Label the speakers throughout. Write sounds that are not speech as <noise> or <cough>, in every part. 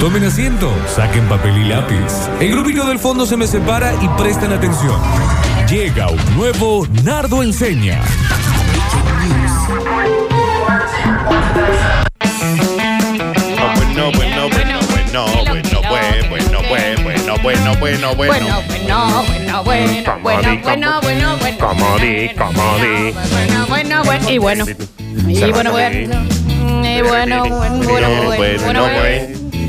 Speaker 1: Tomen asiento, saquen papel y lápiz. El grupito del fondo se me separa y prestan atención. Llega un nuevo Nardo Enseña.
Speaker 2: Ah,
Speaker 3: Bueno, bueno, bueno, bueno, bueno, bueno, bueno, bueno, bueno, bueno, bueno.
Speaker 4: Bueno, bueno, bueno, bueno, bueno, bueno, bueno, bueno.
Speaker 3: Como di, como di.
Speaker 4: Bueno, bueno, bueno, y bueno. Y bueno, bueno. Y bueno, bueno, bueno, bueno, bueno, bueno.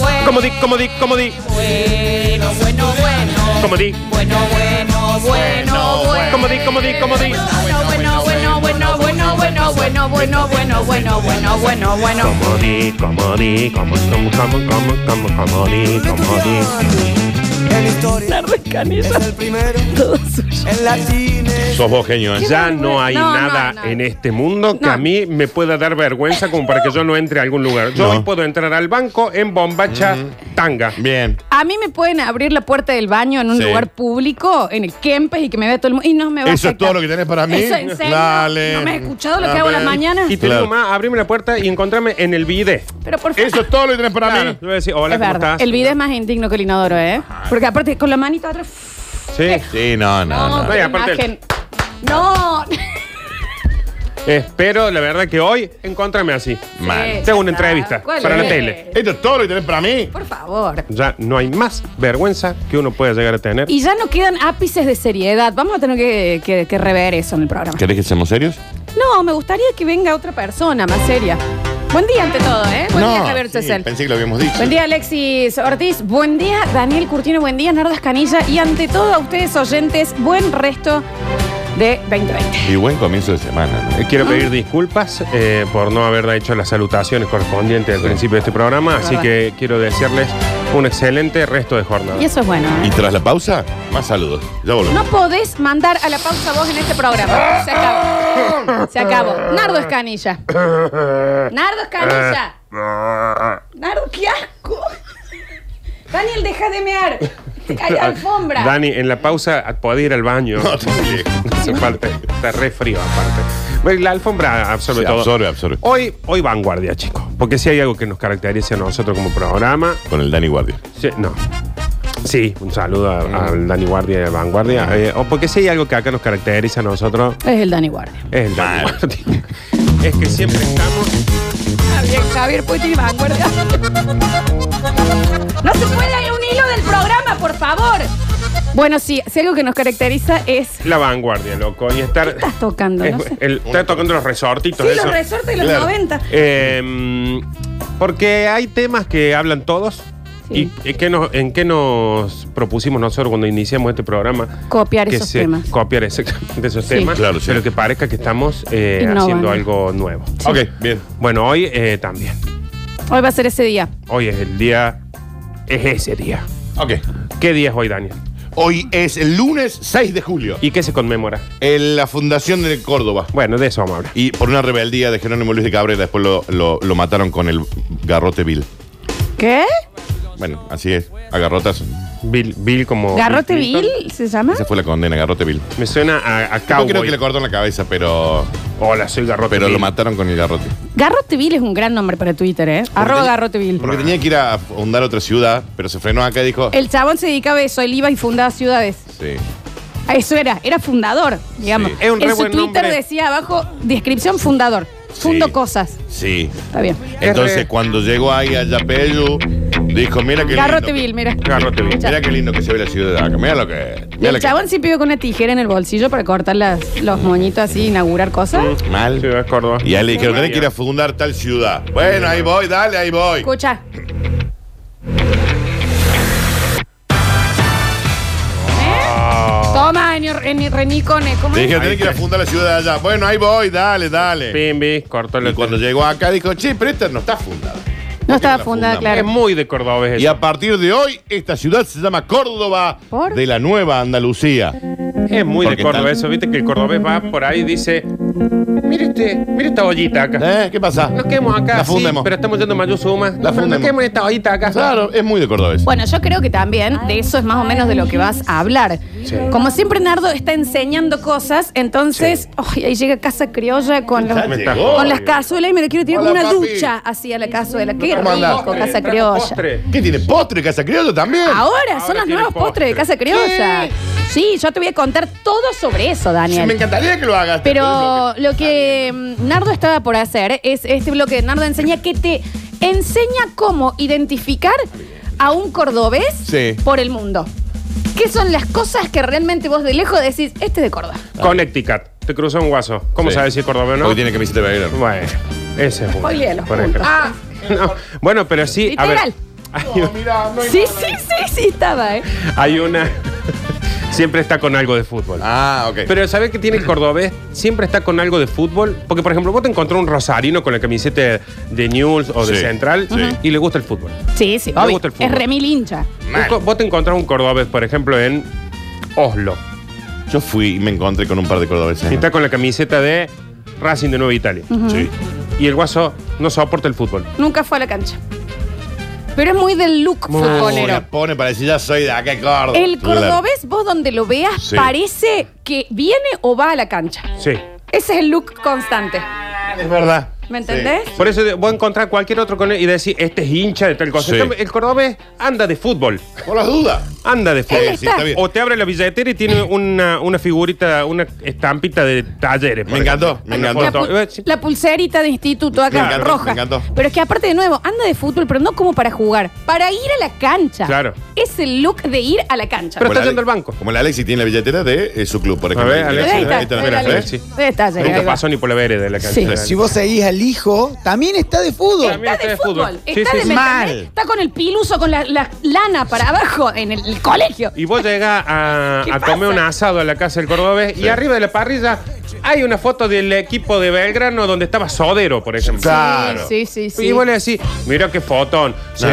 Speaker 4: bueno.
Speaker 3: Como di, como di, como di.
Speaker 4: Bueno, bueno, bueno.
Speaker 3: Como di.
Speaker 4: Bueno, bueno, bueno, bueno.
Speaker 3: Como di, como di, como di.
Speaker 4: Bueno, bueno, bueno, bueno, bueno, bueno, bueno, bueno, bueno, bueno, bueno, bueno.
Speaker 3: Como di, como di, como, como, como, como, como, como di, como di.
Speaker 5: Es el primero. En latines.
Speaker 3: Sos vos, genio.
Speaker 6: ¿eh?
Speaker 4: Qué
Speaker 3: Ya no
Speaker 4: vergüenza.
Speaker 3: hay
Speaker 4: No,
Speaker 3: nada
Speaker 4: no, no.
Speaker 2: en este mundo que
Speaker 4: No.
Speaker 2: a mí me pueda dar vergüenza como para que yo no entre a algún lugar. Yo
Speaker 3: No.
Speaker 2: hoy puedo entrar al banco en bombacha tanga.
Speaker 3: Bien.
Speaker 4: A mí me pueden abrir la puerta del baño en un
Speaker 3: Sí.
Speaker 4: lugar público, en el Kempes, y que me vea todo el mundo. Y no me va a
Speaker 6: ¿Eso es
Speaker 4: afectar.
Speaker 6: todo lo que tenés para mí?
Speaker 4: ¿Eso en serio?
Speaker 6: Dale. Ah,
Speaker 4: ¿No me has escuchado lo que
Speaker 6: A
Speaker 4: hago a la
Speaker 6: ver.
Speaker 4: mañana?
Speaker 2: Y te
Speaker 6: Claro.
Speaker 2: digo más, abrime la puerta y encontrame en el bidet.
Speaker 4: Pero por favor.
Speaker 6: ¿Eso es todo lo que tenés para
Speaker 2: Claro,
Speaker 6: mí?
Speaker 2: yo voy a decir, hola,
Speaker 4: es
Speaker 2: ¿cómo
Speaker 4: verdad.
Speaker 2: estás?
Speaker 4: El video es más indigno que el inodoro, ¿eh? Porque aparte, con la manita atrás.
Speaker 2: Sí.
Speaker 6: Sí, no, no, no.
Speaker 4: pero
Speaker 2: No, y aparte-
Speaker 4: imagen. No.
Speaker 2: Espero, la verdad, que hoy encontrame así.
Speaker 4: <laughs>
Speaker 6: Mal.
Speaker 2: Tengo una
Speaker 4: ya está.
Speaker 2: entrevista
Speaker 4: ¿Cuál
Speaker 2: para la
Speaker 4: es?
Speaker 2: tele.
Speaker 6: ¿Esto es todo lo que tenés para mí?
Speaker 4: Por favor.
Speaker 2: Ya no hay más vergüenza que uno pueda llegar a tener.
Speaker 4: Y ya no quedan ápices de seriedad. Vamos a tener que, que- que rever eso en el programa.
Speaker 6: ¿Querés que seamos serios?
Speaker 4: No, me gustaría que venga otra persona más seria. Buen día ante todo, ¿eh? Buen día, Javier
Speaker 6: sí,
Speaker 4: Chesel.
Speaker 6: Pensé que lo habíamos dicho.
Speaker 4: Buen día, Alexis Ortiz. Buen día, Daniel Curtino. Buen día, Nardo Escanilla. Y ante todo, a ustedes oyentes, buen resto de 2020.
Speaker 6: Y buen comienzo de semana, ¿no?
Speaker 2: Eh, Quiero pedir disculpas eh, por no haber hecho las salutaciones correspondientes al principio de este programa, así
Speaker 4: Verdad.
Speaker 2: que quiero desearles un excelente resto de jornada. <laughs>
Speaker 4: Y eso es bueno,
Speaker 6: Y
Speaker 4: ¿eh?
Speaker 6: tras la pausa, más saludos. Ya
Speaker 4: No
Speaker 6: volvemos.
Speaker 4: podés mandar a la pausa vos en este programa. Se acabó. Se acabó. Nardo Escanilla. Nardo Escanilla.
Speaker 2: Ah.
Speaker 4: Nardo, qué asco. Daniel, deja de mear. Hay alfombra.
Speaker 2: Dani, en la pausa podés ir al baño.
Speaker 6: <laughs> No, tranquilo.
Speaker 2: No hace falta. Está re frío aparte. Bueno, La alfombra absorbe
Speaker 6: Sí,
Speaker 2: todo.
Speaker 6: absorbe, absorbe.
Speaker 2: Hoy, hoy vanguardia, chicos. Porque si hay algo que nos caracteriza a nosotros como programa,
Speaker 6: Con el Dani Guardia.
Speaker 2: Sí, no. Sí, un saludo
Speaker 4: Mm.
Speaker 2: a- al Dani Guardia y a Vanguardia. Eh, o porque si hay algo que acá nos caracteriza a nosotros,
Speaker 4: Es el Dani Guardia.
Speaker 2: es el Dani
Speaker 6: Mal.
Speaker 2: Guardia. <laughs> Es que siempre estamos.
Speaker 4: Javier, Javier Puente y Vanguardia. No se puede ir un hilo del programa, por favor. Bueno, sí, si algo que nos caracteriza es.
Speaker 2: La vanguardia, loco. Y estar.
Speaker 4: ¿Qué estás tocando?
Speaker 2: Es-
Speaker 4: No sé.
Speaker 2: el- está tocando los resortitos.
Speaker 4: Sí,
Speaker 2: eso.
Speaker 4: los resortes de los
Speaker 6: Claro.
Speaker 4: 90.
Speaker 2: Eh, porque hay temas que hablan todos.
Speaker 4: Sí.
Speaker 2: ¿Y qué nos- en qué nos propusimos nosotros cuando iniciamos este programa?
Speaker 4: Copiar
Speaker 2: Que
Speaker 4: esos
Speaker 2: se-
Speaker 4: temas.
Speaker 2: Copiar exactamente esos
Speaker 4: Sí.
Speaker 2: temas.
Speaker 6: Claro, sí.
Speaker 2: Pero que parezca que estamos eh,
Speaker 4: Innovando.
Speaker 2: haciendo algo nuevo.
Speaker 6: Ok, bien.
Speaker 2: Bueno, hoy eh, también.
Speaker 4: Hoy va a ser ese día.
Speaker 2: Hoy es el día. Es ese día.
Speaker 6: Ok.
Speaker 2: ¿Qué día es hoy, Daniel?
Speaker 6: Hoy es el lunes 6 de julio.
Speaker 2: ¿Y qué se conmemora?
Speaker 6: En la Fundación de Córdoba.
Speaker 2: Bueno, de eso vamos a hablar.
Speaker 6: Y por una rebeldía de Jerónimo Luis de Cabrera, después lo, lo- lo mataron con el garrote vil.
Speaker 4: ¿Qué?
Speaker 6: Bueno, así es. A garrotas.
Speaker 2: Bill, Bill como.
Speaker 4: ¿Garrote
Speaker 2: Clinton.
Speaker 4: Bill se llama?
Speaker 6: Esa fue la condena, garrote vil.
Speaker 2: Me suena a, a
Speaker 6: Yo
Speaker 2: cowboy.
Speaker 6: creo que le cortaron la cabeza, pero.
Speaker 2: Hola, soy Garrote
Speaker 6: Pero lo
Speaker 2: Bill.
Speaker 6: mataron con el garrote.
Speaker 4: Garrote Bill es un gran nombre para Twitter, ¿eh? Arroba
Speaker 6: tenía-
Speaker 4: Garrote Bill.
Speaker 6: Porque tenía que ir a fundar otra ciudad, pero se frenó acá y dijo.
Speaker 4: El chabón se dedicaba a eso, él iba y fundaba ciudades.
Speaker 6: Sí.
Speaker 4: A Eso era, era fundador, digamos.
Speaker 6: Sí.
Speaker 2: Es un re
Speaker 4: en su
Speaker 2: buen
Speaker 4: Twitter
Speaker 2: nombre.
Speaker 4: decía abajo, descripción fundador. Fundo
Speaker 6: Sí.
Speaker 4: cosas.
Speaker 6: Sí.
Speaker 4: Está bien.
Speaker 6: Entonces,
Speaker 2: re-
Speaker 6: cuando llegó ahí a Yapellu, dijo: Mira qué lindo.
Speaker 4: Garrote
Speaker 6: que-
Speaker 4: Bill, mira.
Speaker 2: Garrote Bill.
Speaker 6: Mira qué lindo que se ve la ciudad de acá. Mira lo que es.
Speaker 4: Y
Speaker 6: Mira
Speaker 4: el
Speaker 6: lo que
Speaker 4: chabón siempre iba con una tijera en el bolsillo para cortar las- los moñitos así, inaugurar cosas.
Speaker 6: Mal.
Speaker 2: Ciudad de Córdoba.
Speaker 6: Y ahí le dijeron, tenés que ir a fundar tal ciudad. Bueno, ahí voy, dale, ahí voy.
Speaker 4: Escucha. ¿Eh? Toma, en, en Renicone, ¿cómo
Speaker 6: Ah.
Speaker 4: es?
Speaker 6: Le dijeron, tenés que ir a fundar la ciudad de allá. Bueno, ahí voy, dale, dale.
Speaker 2: Pimbi, cortó
Speaker 6: Y
Speaker 2: el.
Speaker 6: cuando llegó acá dijo, che, pero esta no está fundada.
Speaker 4: No estaba
Speaker 7: la
Speaker 4: fundada,
Speaker 7: fundamos?
Speaker 2: Es
Speaker 4: claro.
Speaker 2: muy de Córdoba
Speaker 7: Y a partir de hoy, esta ciudad se llama Córdoba
Speaker 4: ¿Por?
Speaker 7: de la Nueva Andalucía.
Speaker 4: <laughs>
Speaker 2: Es muy de
Speaker 7: Porque
Speaker 2: Córdoba
Speaker 7: están-
Speaker 2: eso, viste que el cordobés va por ahí y dice, mire este, mire esta ollita acá.
Speaker 7: ¿Eh? ¿Qué pasa?
Speaker 2: Nos quedamos acá,
Speaker 7: La
Speaker 2: sí,
Speaker 7: fundemos.
Speaker 2: pero estamos yendo a Mayuzuma. No, pero Nos
Speaker 7: fundemos.
Speaker 2: quedamos en esta ollita acá.
Speaker 7: Claro, es muy de cordobés.
Speaker 4: Bueno, yo creo que también de eso es más o menos de lo que vas a hablar. Como siempre, Nardo está enseñando cosas, entonces ay, ahí llega Casa Criolla con, los-
Speaker 7: Ya llegó.
Speaker 4: con las cazuelas y me lo quiero tirar
Speaker 7: Hola,
Speaker 4: con una
Speaker 7: papi.
Speaker 4: ducha así a la cazuela. Qué
Speaker 7: ¿Cómo andás?
Speaker 4: rico, Casa Criolla.
Speaker 7: ¿Qué tiene? ¿Postre Casa Criollo también?
Speaker 4: Ahora,
Speaker 2: Ahora
Speaker 4: son los
Speaker 2: tiene
Speaker 4: nuevos postres de Casa
Speaker 2: postre.
Speaker 4: Criolla. Sí, yo te voy a contar todo sobre eso,
Speaker 7: Sí,
Speaker 4: Daniel.
Speaker 7: me encantaría que lo hagas.
Speaker 4: Pero lo que mm, Nardo estaba por hacer es este bloque de Nardo Enseña que te enseña cómo identificar a un cordobés
Speaker 7: Sí.
Speaker 4: por el mundo. ¿Qué son las cosas que realmente vos de lejos decís, este es de Córdoba?
Speaker 2: Connecticut, te cruzó un guaso. ¿Cómo
Speaker 7: Sí.
Speaker 2: sabes si es cordobés o no?
Speaker 7: Porque tiene camiseta de Belgrano.
Speaker 2: Bueno, ese es uno.
Speaker 4: Spoilealo.
Speaker 2: por ejemplo.
Speaker 4: Ah,
Speaker 2: <laughs> No, bueno, pero sí, a ver,
Speaker 4: literal.
Speaker 2: hay, un-
Speaker 4: Sí, sí, sí, sí, estaba, ¿eh?
Speaker 2: hay una... <laughs> Siempre está con algo de fútbol.
Speaker 7: Ah, ok.
Speaker 2: Pero ¿sabés que tiene el cordobés? Siempre está con algo de fútbol. Porque, por ejemplo, vos te encontrás un rosarino con la camiseta de News o de
Speaker 7: Sí,
Speaker 2: Central
Speaker 7: sí.
Speaker 2: y le gusta el fútbol.
Speaker 4: Sí, sí,
Speaker 2: Me
Speaker 4: obvio.
Speaker 2: gusta el
Speaker 4: Es
Speaker 2: fútbol.
Speaker 4: remil hincha.
Speaker 2: Un co- Vos te encontrás un cordobés, por ejemplo, en Oslo.
Speaker 7: Yo fui y me encontré con un par de cordobeses.
Speaker 2: Y está con la camiseta de Racing de Nueva Italia.
Speaker 7: Sí.
Speaker 2: Y el guaso no soporta el fútbol.
Speaker 4: Nunca fue a la cancha. Pero es muy del look
Speaker 2: Muy
Speaker 7: ¿Cómo
Speaker 4: futbolero.
Speaker 7: la pone para decir ya soy de acá, Córdoba?
Speaker 4: El cordobés, vos donde lo veas,
Speaker 7: Sí.
Speaker 4: parece que viene o va a la cancha.
Speaker 2: Sí.
Speaker 4: Ese es el look constante.
Speaker 7: Claro, Ah, Es verdad.
Speaker 4: ¿Me entendés?
Speaker 7: Sí.
Speaker 2: Por eso de- vos encontrás cualquier otro con él y decís, este es hincha de tal cosa.
Speaker 7: Sí.
Speaker 2: El cordobés anda de fútbol.
Speaker 7: Por las dudas.
Speaker 2: Anda de fútbol.
Speaker 4: Él está.
Speaker 2: O te abre la billetera y tiene una, una figurita, una estampita de talleres. por
Speaker 7: Me
Speaker 2: ejemplo.
Speaker 7: encantó, me
Speaker 2: Una
Speaker 7: encantó.
Speaker 4: La,
Speaker 2: foto. Eh,
Speaker 4: pul-
Speaker 2: Sí.
Speaker 4: la pulserita de instituto acá,
Speaker 7: Me encantó,
Speaker 4: roja.
Speaker 7: me encantó.
Speaker 4: Pero es que aparte, de nuevo, anda de fútbol, pero no como para jugar, para ir a la cancha.
Speaker 2: Claro.
Speaker 4: Es el look de ir a la cancha.
Speaker 2: Pero-
Speaker 7: Como
Speaker 2: está
Speaker 7: la
Speaker 2: yendo
Speaker 7: Ale-
Speaker 2: al banco.
Speaker 7: Como la Alexi tiene la billetera de eh, su club, por
Speaker 2: A
Speaker 7: ejemplo.
Speaker 2: ver, Alexis.
Speaker 4: Ahí está,
Speaker 2: Ahí está,
Speaker 4: ahí
Speaker 2: mira,
Speaker 4: está,
Speaker 2: Alexis.
Speaker 4: Ahí está, llega,
Speaker 2: Nunca
Speaker 4: ahí va.
Speaker 2: pasó ni por la vereda de la cancha.
Speaker 4: Sí.
Speaker 2: Dale.
Speaker 5: Si vos seguís al hijo, también está de fútbol.
Speaker 2: También.
Speaker 4: Está de fútbol,
Speaker 2: este Sí,
Speaker 4: está
Speaker 2: sí,
Speaker 4: de
Speaker 2: sí.
Speaker 4: ¿me
Speaker 5: Mal.
Speaker 4: entendés? Está con el piluso, con la, la lana para abajo en el, el colegio.
Speaker 2: Y vos llegás a,
Speaker 4: ¿Qué
Speaker 2: a
Speaker 4: pasa?
Speaker 2: comer un asado a la casa del cordobés y arriba de la parrilla hay una foto del equipo de Belgrano donde estaba Sodero, por ejemplo.
Speaker 7: Claro.
Speaker 4: Sí, sí, sí.
Speaker 2: Y vos le decís, mira qué fotón. Sí.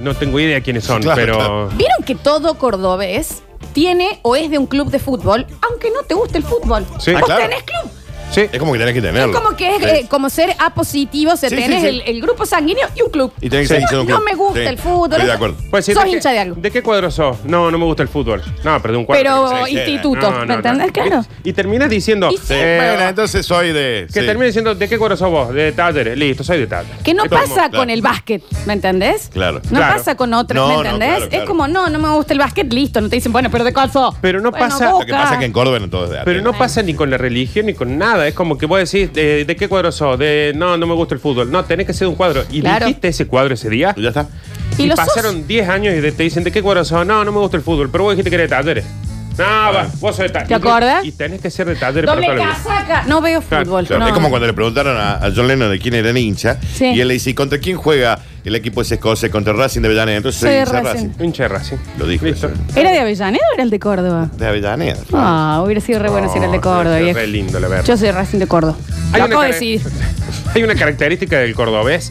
Speaker 2: No tengo idea quiénes son,
Speaker 7: Claro,
Speaker 2: pero.
Speaker 7: claro.
Speaker 4: ¿Vieron que todo cordobés tiene o es de un club de fútbol, aunque no te guste el fútbol?
Speaker 2: Sí.
Speaker 4: Vos
Speaker 7: Ah, claro.
Speaker 4: tenés club.
Speaker 2: Sí.
Speaker 7: Es como que tenés que
Speaker 4: Es
Speaker 7: tenerlo.
Speaker 4: como que es
Speaker 7: Sí.
Speaker 4: eh, como ser A positivo, se
Speaker 7: Sí,
Speaker 4: tenés
Speaker 7: sí, sí.
Speaker 4: El, el grupo sanguíneo y un club.
Speaker 7: Y tenés que ser
Speaker 4: No,
Speaker 7: hincha de un
Speaker 4: no
Speaker 7: club.
Speaker 4: me gusta
Speaker 7: Sí,
Speaker 4: el fútbol.
Speaker 7: estoy de acuerdo.
Speaker 2: Puedes decir,
Speaker 4: sos
Speaker 2: Pues ¿de qué-
Speaker 4: hincha de algo.
Speaker 2: ¿De qué cuadro sos? No, no me gusta el fútbol. No, pero de un cuadro.
Speaker 4: pero
Speaker 7: sí, sí,
Speaker 4: instituto,
Speaker 2: No, no,
Speaker 4: ¿me
Speaker 2: no.
Speaker 4: entendés? Claro.
Speaker 2: Y, y terminas diciendo.
Speaker 4: Y sí.
Speaker 2: eh,
Speaker 7: Bueno, entonces soy de.
Speaker 2: que
Speaker 7: sí.
Speaker 2: termina diciendo, ¿de qué cuadro sos vos? De talleres. Listo, soy de talleres.
Speaker 4: Que no
Speaker 2: Es como-
Speaker 4: pasa con
Speaker 7: claro.
Speaker 4: el básquet, ¿me entendés?
Speaker 7: Claro.
Speaker 4: No
Speaker 2: Claro.
Speaker 4: pasa con otros,
Speaker 7: No,
Speaker 4: ¿me
Speaker 7: no,
Speaker 4: entendés?
Speaker 7: claro, claro.
Speaker 4: Es como, no, no me gusta el básquet, listo. No te dicen, bueno, pero ¿de cuál sos?
Speaker 2: Pero no
Speaker 4: Bueno,
Speaker 2: pasa-
Speaker 4: Boca.
Speaker 7: Lo que pasa es que en Córdoba entonces de
Speaker 2: Pero no pasa ni con la religión ni con nada. Es como que vos decís, ¿de, de qué cuadro sos? De, no, no me gusta el fútbol. No, tenés que ser de un cuadro. Y
Speaker 4: Claro.
Speaker 2: dijiste ese cuadro ese día.
Speaker 7: Ya está.
Speaker 4: Y
Speaker 2: Y
Speaker 4: lo sos.
Speaker 2: pasaron 10 años y de- te dicen, ¿de qué cuadro sos? No, no me gusta el fútbol. Pero vos dijiste que eres de talleres. No, va, vos sos de talleres.
Speaker 4: ¿Te acordás?
Speaker 2: Y tenés que ser de talleres para
Speaker 4: Doble
Speaker 2: toda la vida.
Speaker 4: casaca. No veo
Speaker 2: Claro,
Speaker 4: fútbol.
Speaker 7: Claro,
Speaker 4: no.
Speaker 7: Es como cuando le preguntaron a, a John Lennon de quién era el hincha.
Speaker 4: Sí.
Speaker 7: Y él le dice, ¿y contra quién juega el equipo ese escocés? Contra el Racing de Avellaneda. Entonces soy
Speaker 4: Soy
Speaker 7: hincha de
Speaker 4: Racing.
Speaker 7: Racing.
Speaker 2: Hincha de Racing.
Speaker 7: Lo dijo
Speaker 2: Listo.
Speaker 7: eso.
Speaker 4: ¿Era de Avellaneda o era el de Córdoba?
Speaker 7: De Avellaneda.
Speaker 4: Ah, hubiera sido re bueno si era el de
Speaker 2: No,
Speaker 4: Córdoba,
Speaker 2: es
Speaker 4: viejo.
Speaker 2: Oh, re lindo, la verdad.
Speaker 4: Yo soy Racing de Córdoba. Lo acabo de
Speaker 2: cara-
Speaker 4: decidir.
Speaker 2: <laughs> hay una característica del cordobés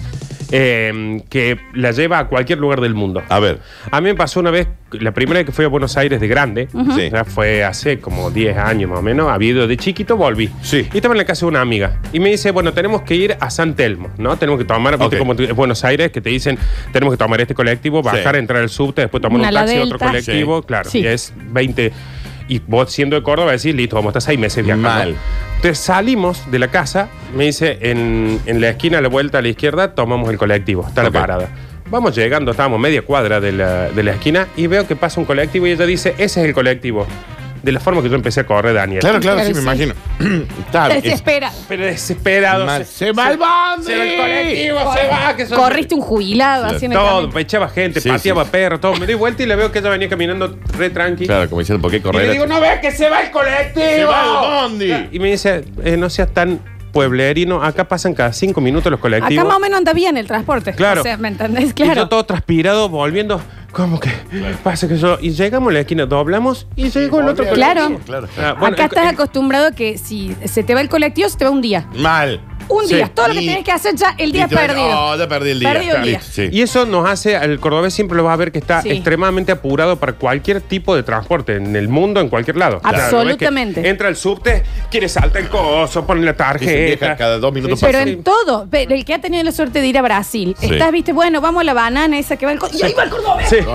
Speaker 2: eh, que la lleva a cualquier lugar del mundo.
Speaker 7: A ver.
Speaker 2: A mí me pasó una vez, la primera vez que fui a Buenos Aires de grande,
Speaker 7: Sí.
Speaker 2: ya fue hace como 10 años más o menos, había ido de chiquito, volví.
Speaker 7: Sí.
Speaker 2: Y estaba en la casa de una amiga. Y me dice, bueno, tenemos que ir a San Telmo, ¿no? Tenemos que tomar, viste
Speaker 7: Ok.
Speaker 2: como es Buenos Aires, que te dicen, tenemos que tomar este colectivo, bajar,
Speaker 7: Sí.
Speaker 2: entrar al subte, después tomar
Speaker 4: Una
Speaker 2: un
Speaker 4: la
Speaker 2: taxi, otro
Speaker 4: Delta.
Speaker 2: colectivo,
Speaker 7: Sí.
Speaker 2: claro.
Speaker 4: Sí.
Speaker 2: Y es 20. Y vos siendo de Córdoba decís, listo, vamos a estar seis meses viajando.
Speaker 7: Mal.
Speaker 2: Entonces salimos de la casa, me dice, en, en la esquina, a la vuelta a la izquierda, tomamos el colectivo, está
Speaker 7: Ok.
Speaker 2: la parada. Vamos llegando, estábamos media cuadra de la, de la esquina y veo que pasa un colectivo y ella dice, ese es el colectivo. De la forma que yo empecé a correr, Daniel.
Speaker 7: Claro, claro, sí, me
Speaker 4: Claro, sí.
Speaker 7: imagino. <clears throat>
Speaker 2: Ah,
Speaker 7: Está bien.
Speaker 4: Desespera.
Speaker 2: Pero desesperado.
Speaker 7: Mal. ¡Se va el bondi!
Speaker 2: Se va el colectivo, se va. Que son-
Speaker 4: Corriste un jubilado
Speaker 7: Claro.
Speaker 4: así en el
Speaker 2: Todo,
Speaker 4: camino.
Speaker 2: echaba gente,
Speaker 7: Sí,
Speaker 2: pateaba
Speaker 7: sí.
Speaker 2: perro, todo. Me doy vuelta y la veo que ella venía caminando re tranqui.
Speaker 7: Claro, como diciendo, ¿por qué
Speaker 2: Y
Speaker 7: correr?
Speaker 2: le digo, no ves que se va el colectivo.
Speaker 7: ¡Se va el bondi!
Speaker 2: Y me dice, eh, no seas tan pueblerino, acá pasan cada cinco minutos los colectivos.
Speaker 4: Acá más o menos anda bien el transporte.
Speaker 2: Claro.
Speaker 4: O sea, ¿me entendés?
Speaker 2: Y yo
Speaker 4: Claro.
Speaker 2: todo transpirado, volviendo, ¿cómo que? Pasa que yo. Y llegamos a la esquina, doblamos y llegó el otro
Speaker 4: Claro.
Speaker 2: colectivo.
Speaker 7: Claro.
Speaker 2: Ah, bueno,
Speaker 4: Acá
Speaker 2: el-
Speaker 4: estás
Speaker 2: el-
Speaker 4: acostumbrado que si se te va el colectivo, se te va un día.
Speaker 7: Mal.
Speaker 4: un día.
Speaker 2: Sí.
Speaker 4: Todo lo que
Speaker 7: Y-
Speaker 4: tenés que hacer ya, el día
Speaker 7: y
Speaker 4: es
Speaker 7: te ven,
Speaker 4: perdido.
Speaker 7: "Oh, ya perdí el día.
Speaker 4: Perdido el día.
Speaker 7: Listo, sí.
Speaker 2: Y eso nos hace, al cordobés siempre lo vas a ver que está
Speaker 4: Sí.
Speaker 2: extremadamente apurado para cualquier tipo de transporte, en el mundo, en cualquier lado.
Speaker 4: Claro.
Speaker 2: O sea, lo ves que
Speaker 4: Absolutamente.
Speaker 2: Entra el subte, quiere saltar el coso, pone la
Speaker 7: Dicen, "Vieja,
Speaker 2: tarjeta.
Speaker 7: cada dos minutos
Speaker 2: Sí, sí,
Speaker 4: Pero
Speaker 2: sí.
Speaker 4: en todo, Pero el que ha tenido la suerte de ir a Brasil,
Speaker 7: Sí.
Speaker 4: estás, viste, bueno, vamos a la banana esa que va al cordobés. ¡Y ahí va el cordobés!
Speaker 2: Sí.
Speaker 7: Eh,
Speaker 4: No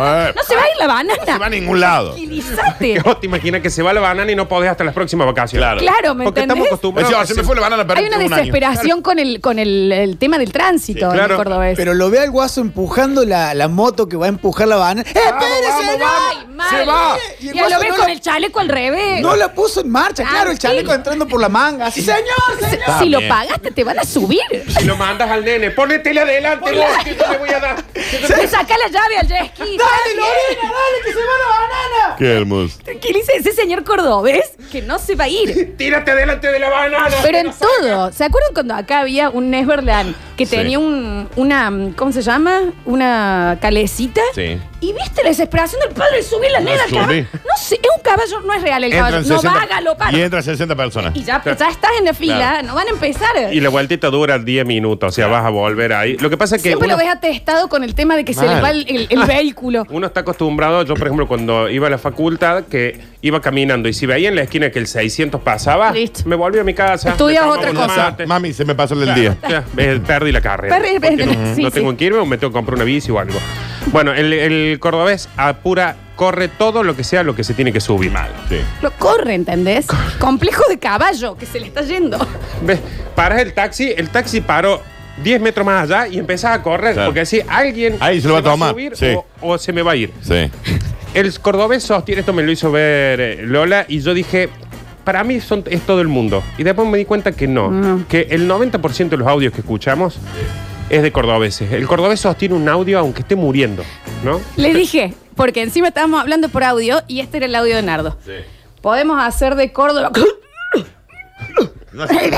Speaker 4: se va a ir la banana.
Speaker 7: No se va a ningún lado.
Speaker 2: <laughs>
Speaker 4: Tranquilízate.
Speaker 2: Vos te imaginas <laughs> que se va la banana y no podés hasta las próximas
Speaker 7: Claro.
Speaker 2: vacaciones.
Speaker 4: Claro, ¿me
Speaker 2: Porque
Speaker 4: entendés?
Speaker 2: estamos
Speaker 7: Es
Speaker 2: acostumbrados.
Speaker 7: decir,
Speaker 2: a
Speaker 7: "Ah, se me fue la banana, perdí
Speaker 4: Hay una
Speaker 7: un año".
Speaker 4: desesperación con el con el, el tema del tránsito
Speaker 2: Sí,
Speaker 4: en
Speaker 2: claro.
Speaker 4: el cordobés.
Speaker 5: Pero lo ve al guaso empujando la, la moto que va a empujar la banana. ¡Espérese! no!
Speaker 4: ¡Ay, madre!
Speaker 7: ¡Se va!
Speaker 5: Y el
Speaker 4: Ya
Speaker 5: guaso
Speaker 4: lo ves
Speaker 5: no
Speaker 4: con
Speaker 5: la-
Speaker 4: el chaleco al revés.
Speaker 5: No la puso en marcha, claro, el
Speaker 4: Ah,
Speaker 5: chaleco
Speaker 4: sí.
Speaker 5: entrando por la manga. Así, señor,
Speaker 4: Si-
Speaker 5: señor.
Speaker 4: si lo
Speaker 7: bien.
Speaker 4: pagaste, te van a subir.
Speaker 2: Si lo mandas al nene, ponétela adelante, vos, que yo te voy a dar. Que yo te-
Speaker 4: Te saca la llave al jet ski.
Speaker 5: ¡Dale, Lorena, dale, que se va la banana!
Speaker 7: Qué hermoso.
Speaker 4: Tranquilice ese señor cordobés que no se va a ir.
Speaker 2: Tírate delante de la banana.
Speaker 4: Pero en todo, ¿se acuerdan cuando acá había un Neverland que
Speaker 7: Sí.
Speaker 4: tenía un, una, ¿cómo se llama? Una calecita.
Speaker 7: Sí.
Speaker 4: Y viste la desesperación del padre de subir la nena al caballo.
Speaker 7: subí.
Speaker 4: No sé, es un caballo, no es real el
Speaker 7: Entran
Speaker 4: caballo. No
Speaker 7: 60
Speaker 4: va a galopar.
Speaker 7: Y entran 60 personas.
Speaker 4: Y ya, ya estás en la fila, no van a empezar.
Speaker 2: Y la vueltita dura 10 minutos, o sea, vas a volver ahí. Lo que pasa es que
Speaker 4: Siempre
Speaker 2: uno,
Speaker 4: lo ves atestado con el tema de que se
Speaker 7: Mal.
Speaker 4: le va el, el- el vehículo.
Speaker 2: uno está acostumbrado, yo por ejemplo cuando iba a la facultad, que iba caminando y si veía en la esquina que el 600 pasaba,
Speaker 4: Listo.
Speaker 2: me volví a mi casa.
Speaker 4: Estudias
Speaker 2: me tomaba
Speaker 4: otra
Speaker 2: un
Speaker 4: cosa.
Speaker 2: mate.
Speaker 7: Mami, se me pasó el
Speaker 2: Claro,
Speaker 7: día.
Speaker 2: o sea, eh, perdí la carrera.
Speaker 4: Perdí-
Speaker 2: Porque
Speaker 4: perdí-
Speaker 2: no,
Speaker 4: sí,
Speaker 2: no tengo
Speaker 4: sí.
Speaker 2: que irme o me tengo que comprar una bici o algo. Bueno, el, el cordobés apura, corre todo lo que sea lo que se tiene que subir. Mal.
Speaker 7: Sí.
Speaker 4: Lo corre, ¿entendés? Complejo de caballo que se le está yendo.
Speaker 2: ¿Ves? Paras el taxi, el taxi paró 10 metros más allá y empezás a correr.
Speaker 7: Claro.
Speaker 2: Porque así alguien
Speaker 7: Ahí se lo va a tomar,
Speaker 2: subir
Speaker 7: sí.
Speaker 2: o, o se me va a ir.
Speaker 7: Sí.
Speaker 2: El cordobés sostiene, esto me lo hizo ver eh, Lola, y yo dije, para mí son, es todo el mundo. Y después me di cuenta que no, que el 90% de los audios que escuchamos es de cordobeses. El cordobés sostiene un audio aunque esté muriendo, ¿no?
Speaker 4: Le dije, porque encima estábamos hablando por audio y este era el audio de Nardo. Podemos hacer de Córdoba.
Speaker 7: No sé.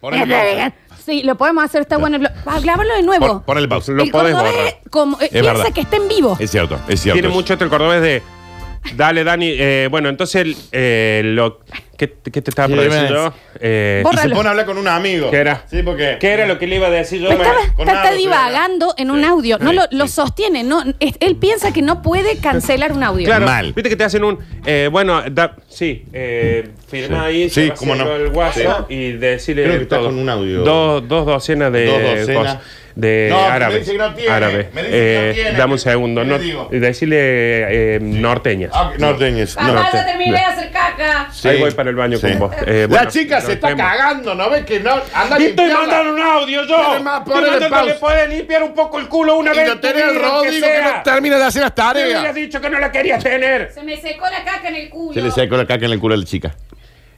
Speaker 7: Ponele
Speaker 4: Sí, lo podemos hacer, está bueno. el blog. Ah, Grabalo de nuevo.
Speaker 7: pon- ponele pausa.
Speaker 2: Lo
Speaker 4: el
Speaker 2: podés
Speaker 4: cordobés
Speaker 2: borrar.
Speaker 4: como, eh,
Speaker 7: Es
Speaker 4: piensa
Speaker 7: verdad.
Speaker 4: que está en vivo.
Speaker 7: Es cierto, es cierto.
Speaker 2: Tiene mucho esto el cordobés de. Dale, Dani. eh, bueno, entonces, el, eh, lo, ¿qué, qué te estaba por
Speaker 7: Sí,
Speaker 2: decir
Speaker 7: ves.
Speaker 2: yo?
Speaker 7: Y
Speaker 2: Eh,
Speaker 7: se
Speaker 4: Bórralo.
Speaker 7: pone a hablar con un amigo.
Speaker 2: ¿Qué era?
Speaker 7: Sí, porque.
Speaker 2: ¿Qué era lo que le iba a decir yo?
Speaker 4: Estaba-
Speaker 2: Me-
Speaker 7: con
Speaker 4: está, está
Speaker 7: Nardo, sí,
Speaker 4: divagando en un
Speaker 7: Sí,
Speaker 4: audio. No
Speaker 7: sí,
Speaker 4: lo, lo
Speaker 7: sí.
Speaker 4: sostiene. No, es- él piensa que no puede cancelar un audio.
Speaker 2: Claro,
Speaker 7: Mal.
Speaker 2: viste que te hacen un. eh, bueno, da- sí, eh, firma
Speaker 7: Sí.
Speaker 2: ahí,
Speaker 7: Sí,
Speaker 2: se va
Speaker 7: cómo
Speaker 2: haciendo
Speaker 7: no.
Speaker 2: el WhatsApp
Speaker 7: Sí.
Speaker 2: y decirle.
Speaker 7: Creo que está
Speaker 2: todo.
Speaker 7: con un audio.
Speaker 2: Dos, dos docenas de.
Speaker 7: Dos docenas.
Speaker 2: cosas de
Speaker 7: No, pero me
Speaker 2: árabe.
Speaker 7: dice que no tiene,
Speaker 2: árabe.
Speaker 7: me dice que no
Speaker 2: Eh,
Speaker 7: tiene.
Speaker 2: Dame un segundo.
Speaker 7: ¿Qué
Speaker 2: No,
Speaker 7: le digo?
Speaker 2: decirle eh, norteñas.
Speaker 7: Ah, No teñes.
Speaker 4: Papá,
Speaker 7: No.
Speaker 4: ya terminé de hacer caca.
Speaker 7: Sí.
Speaker 2: Ahí voy para el baño
Speaker 7: Sí.
Speaker 2: con vos. Eh,
Speaker 7: La
Speaker 2: bueno,
Speaker 7: chica se
Speaker 2: nos
Speaker 7: está
Speaker 2: vemos.
Speaker 7: cagando, ¿no ves que no? Anda
Speaker 2: Y te
Speaker 7: limpiarla.
Speaker 2: mandan un audio yo.
Speaker 7: Dale más, ponele
Speaker 2: Estoy mandando
Speaker 7: pausa.
Speaker 2: que puede limpiar un poco el culo una
Speaker 7: Y
Speaker 2: vez.
Speaker 7: lo
Speaker 2: en tu
Speaker 7: tenés
Speaker 2: vida,
Speaker 7: el
Speaker 2: aunque
Speaker 7: Rodrigo que
Speaker 2: sea.
Speaker 7: no termina de hacer las
Speaker 2: Me hubieras
Speaker 7: tareas.
Speaker 2: dicho que no la querías tener.
Speaker 4: Se me secó la caca en el culo.
Speaker 7: Se le sacó la caca en el culo a la chica.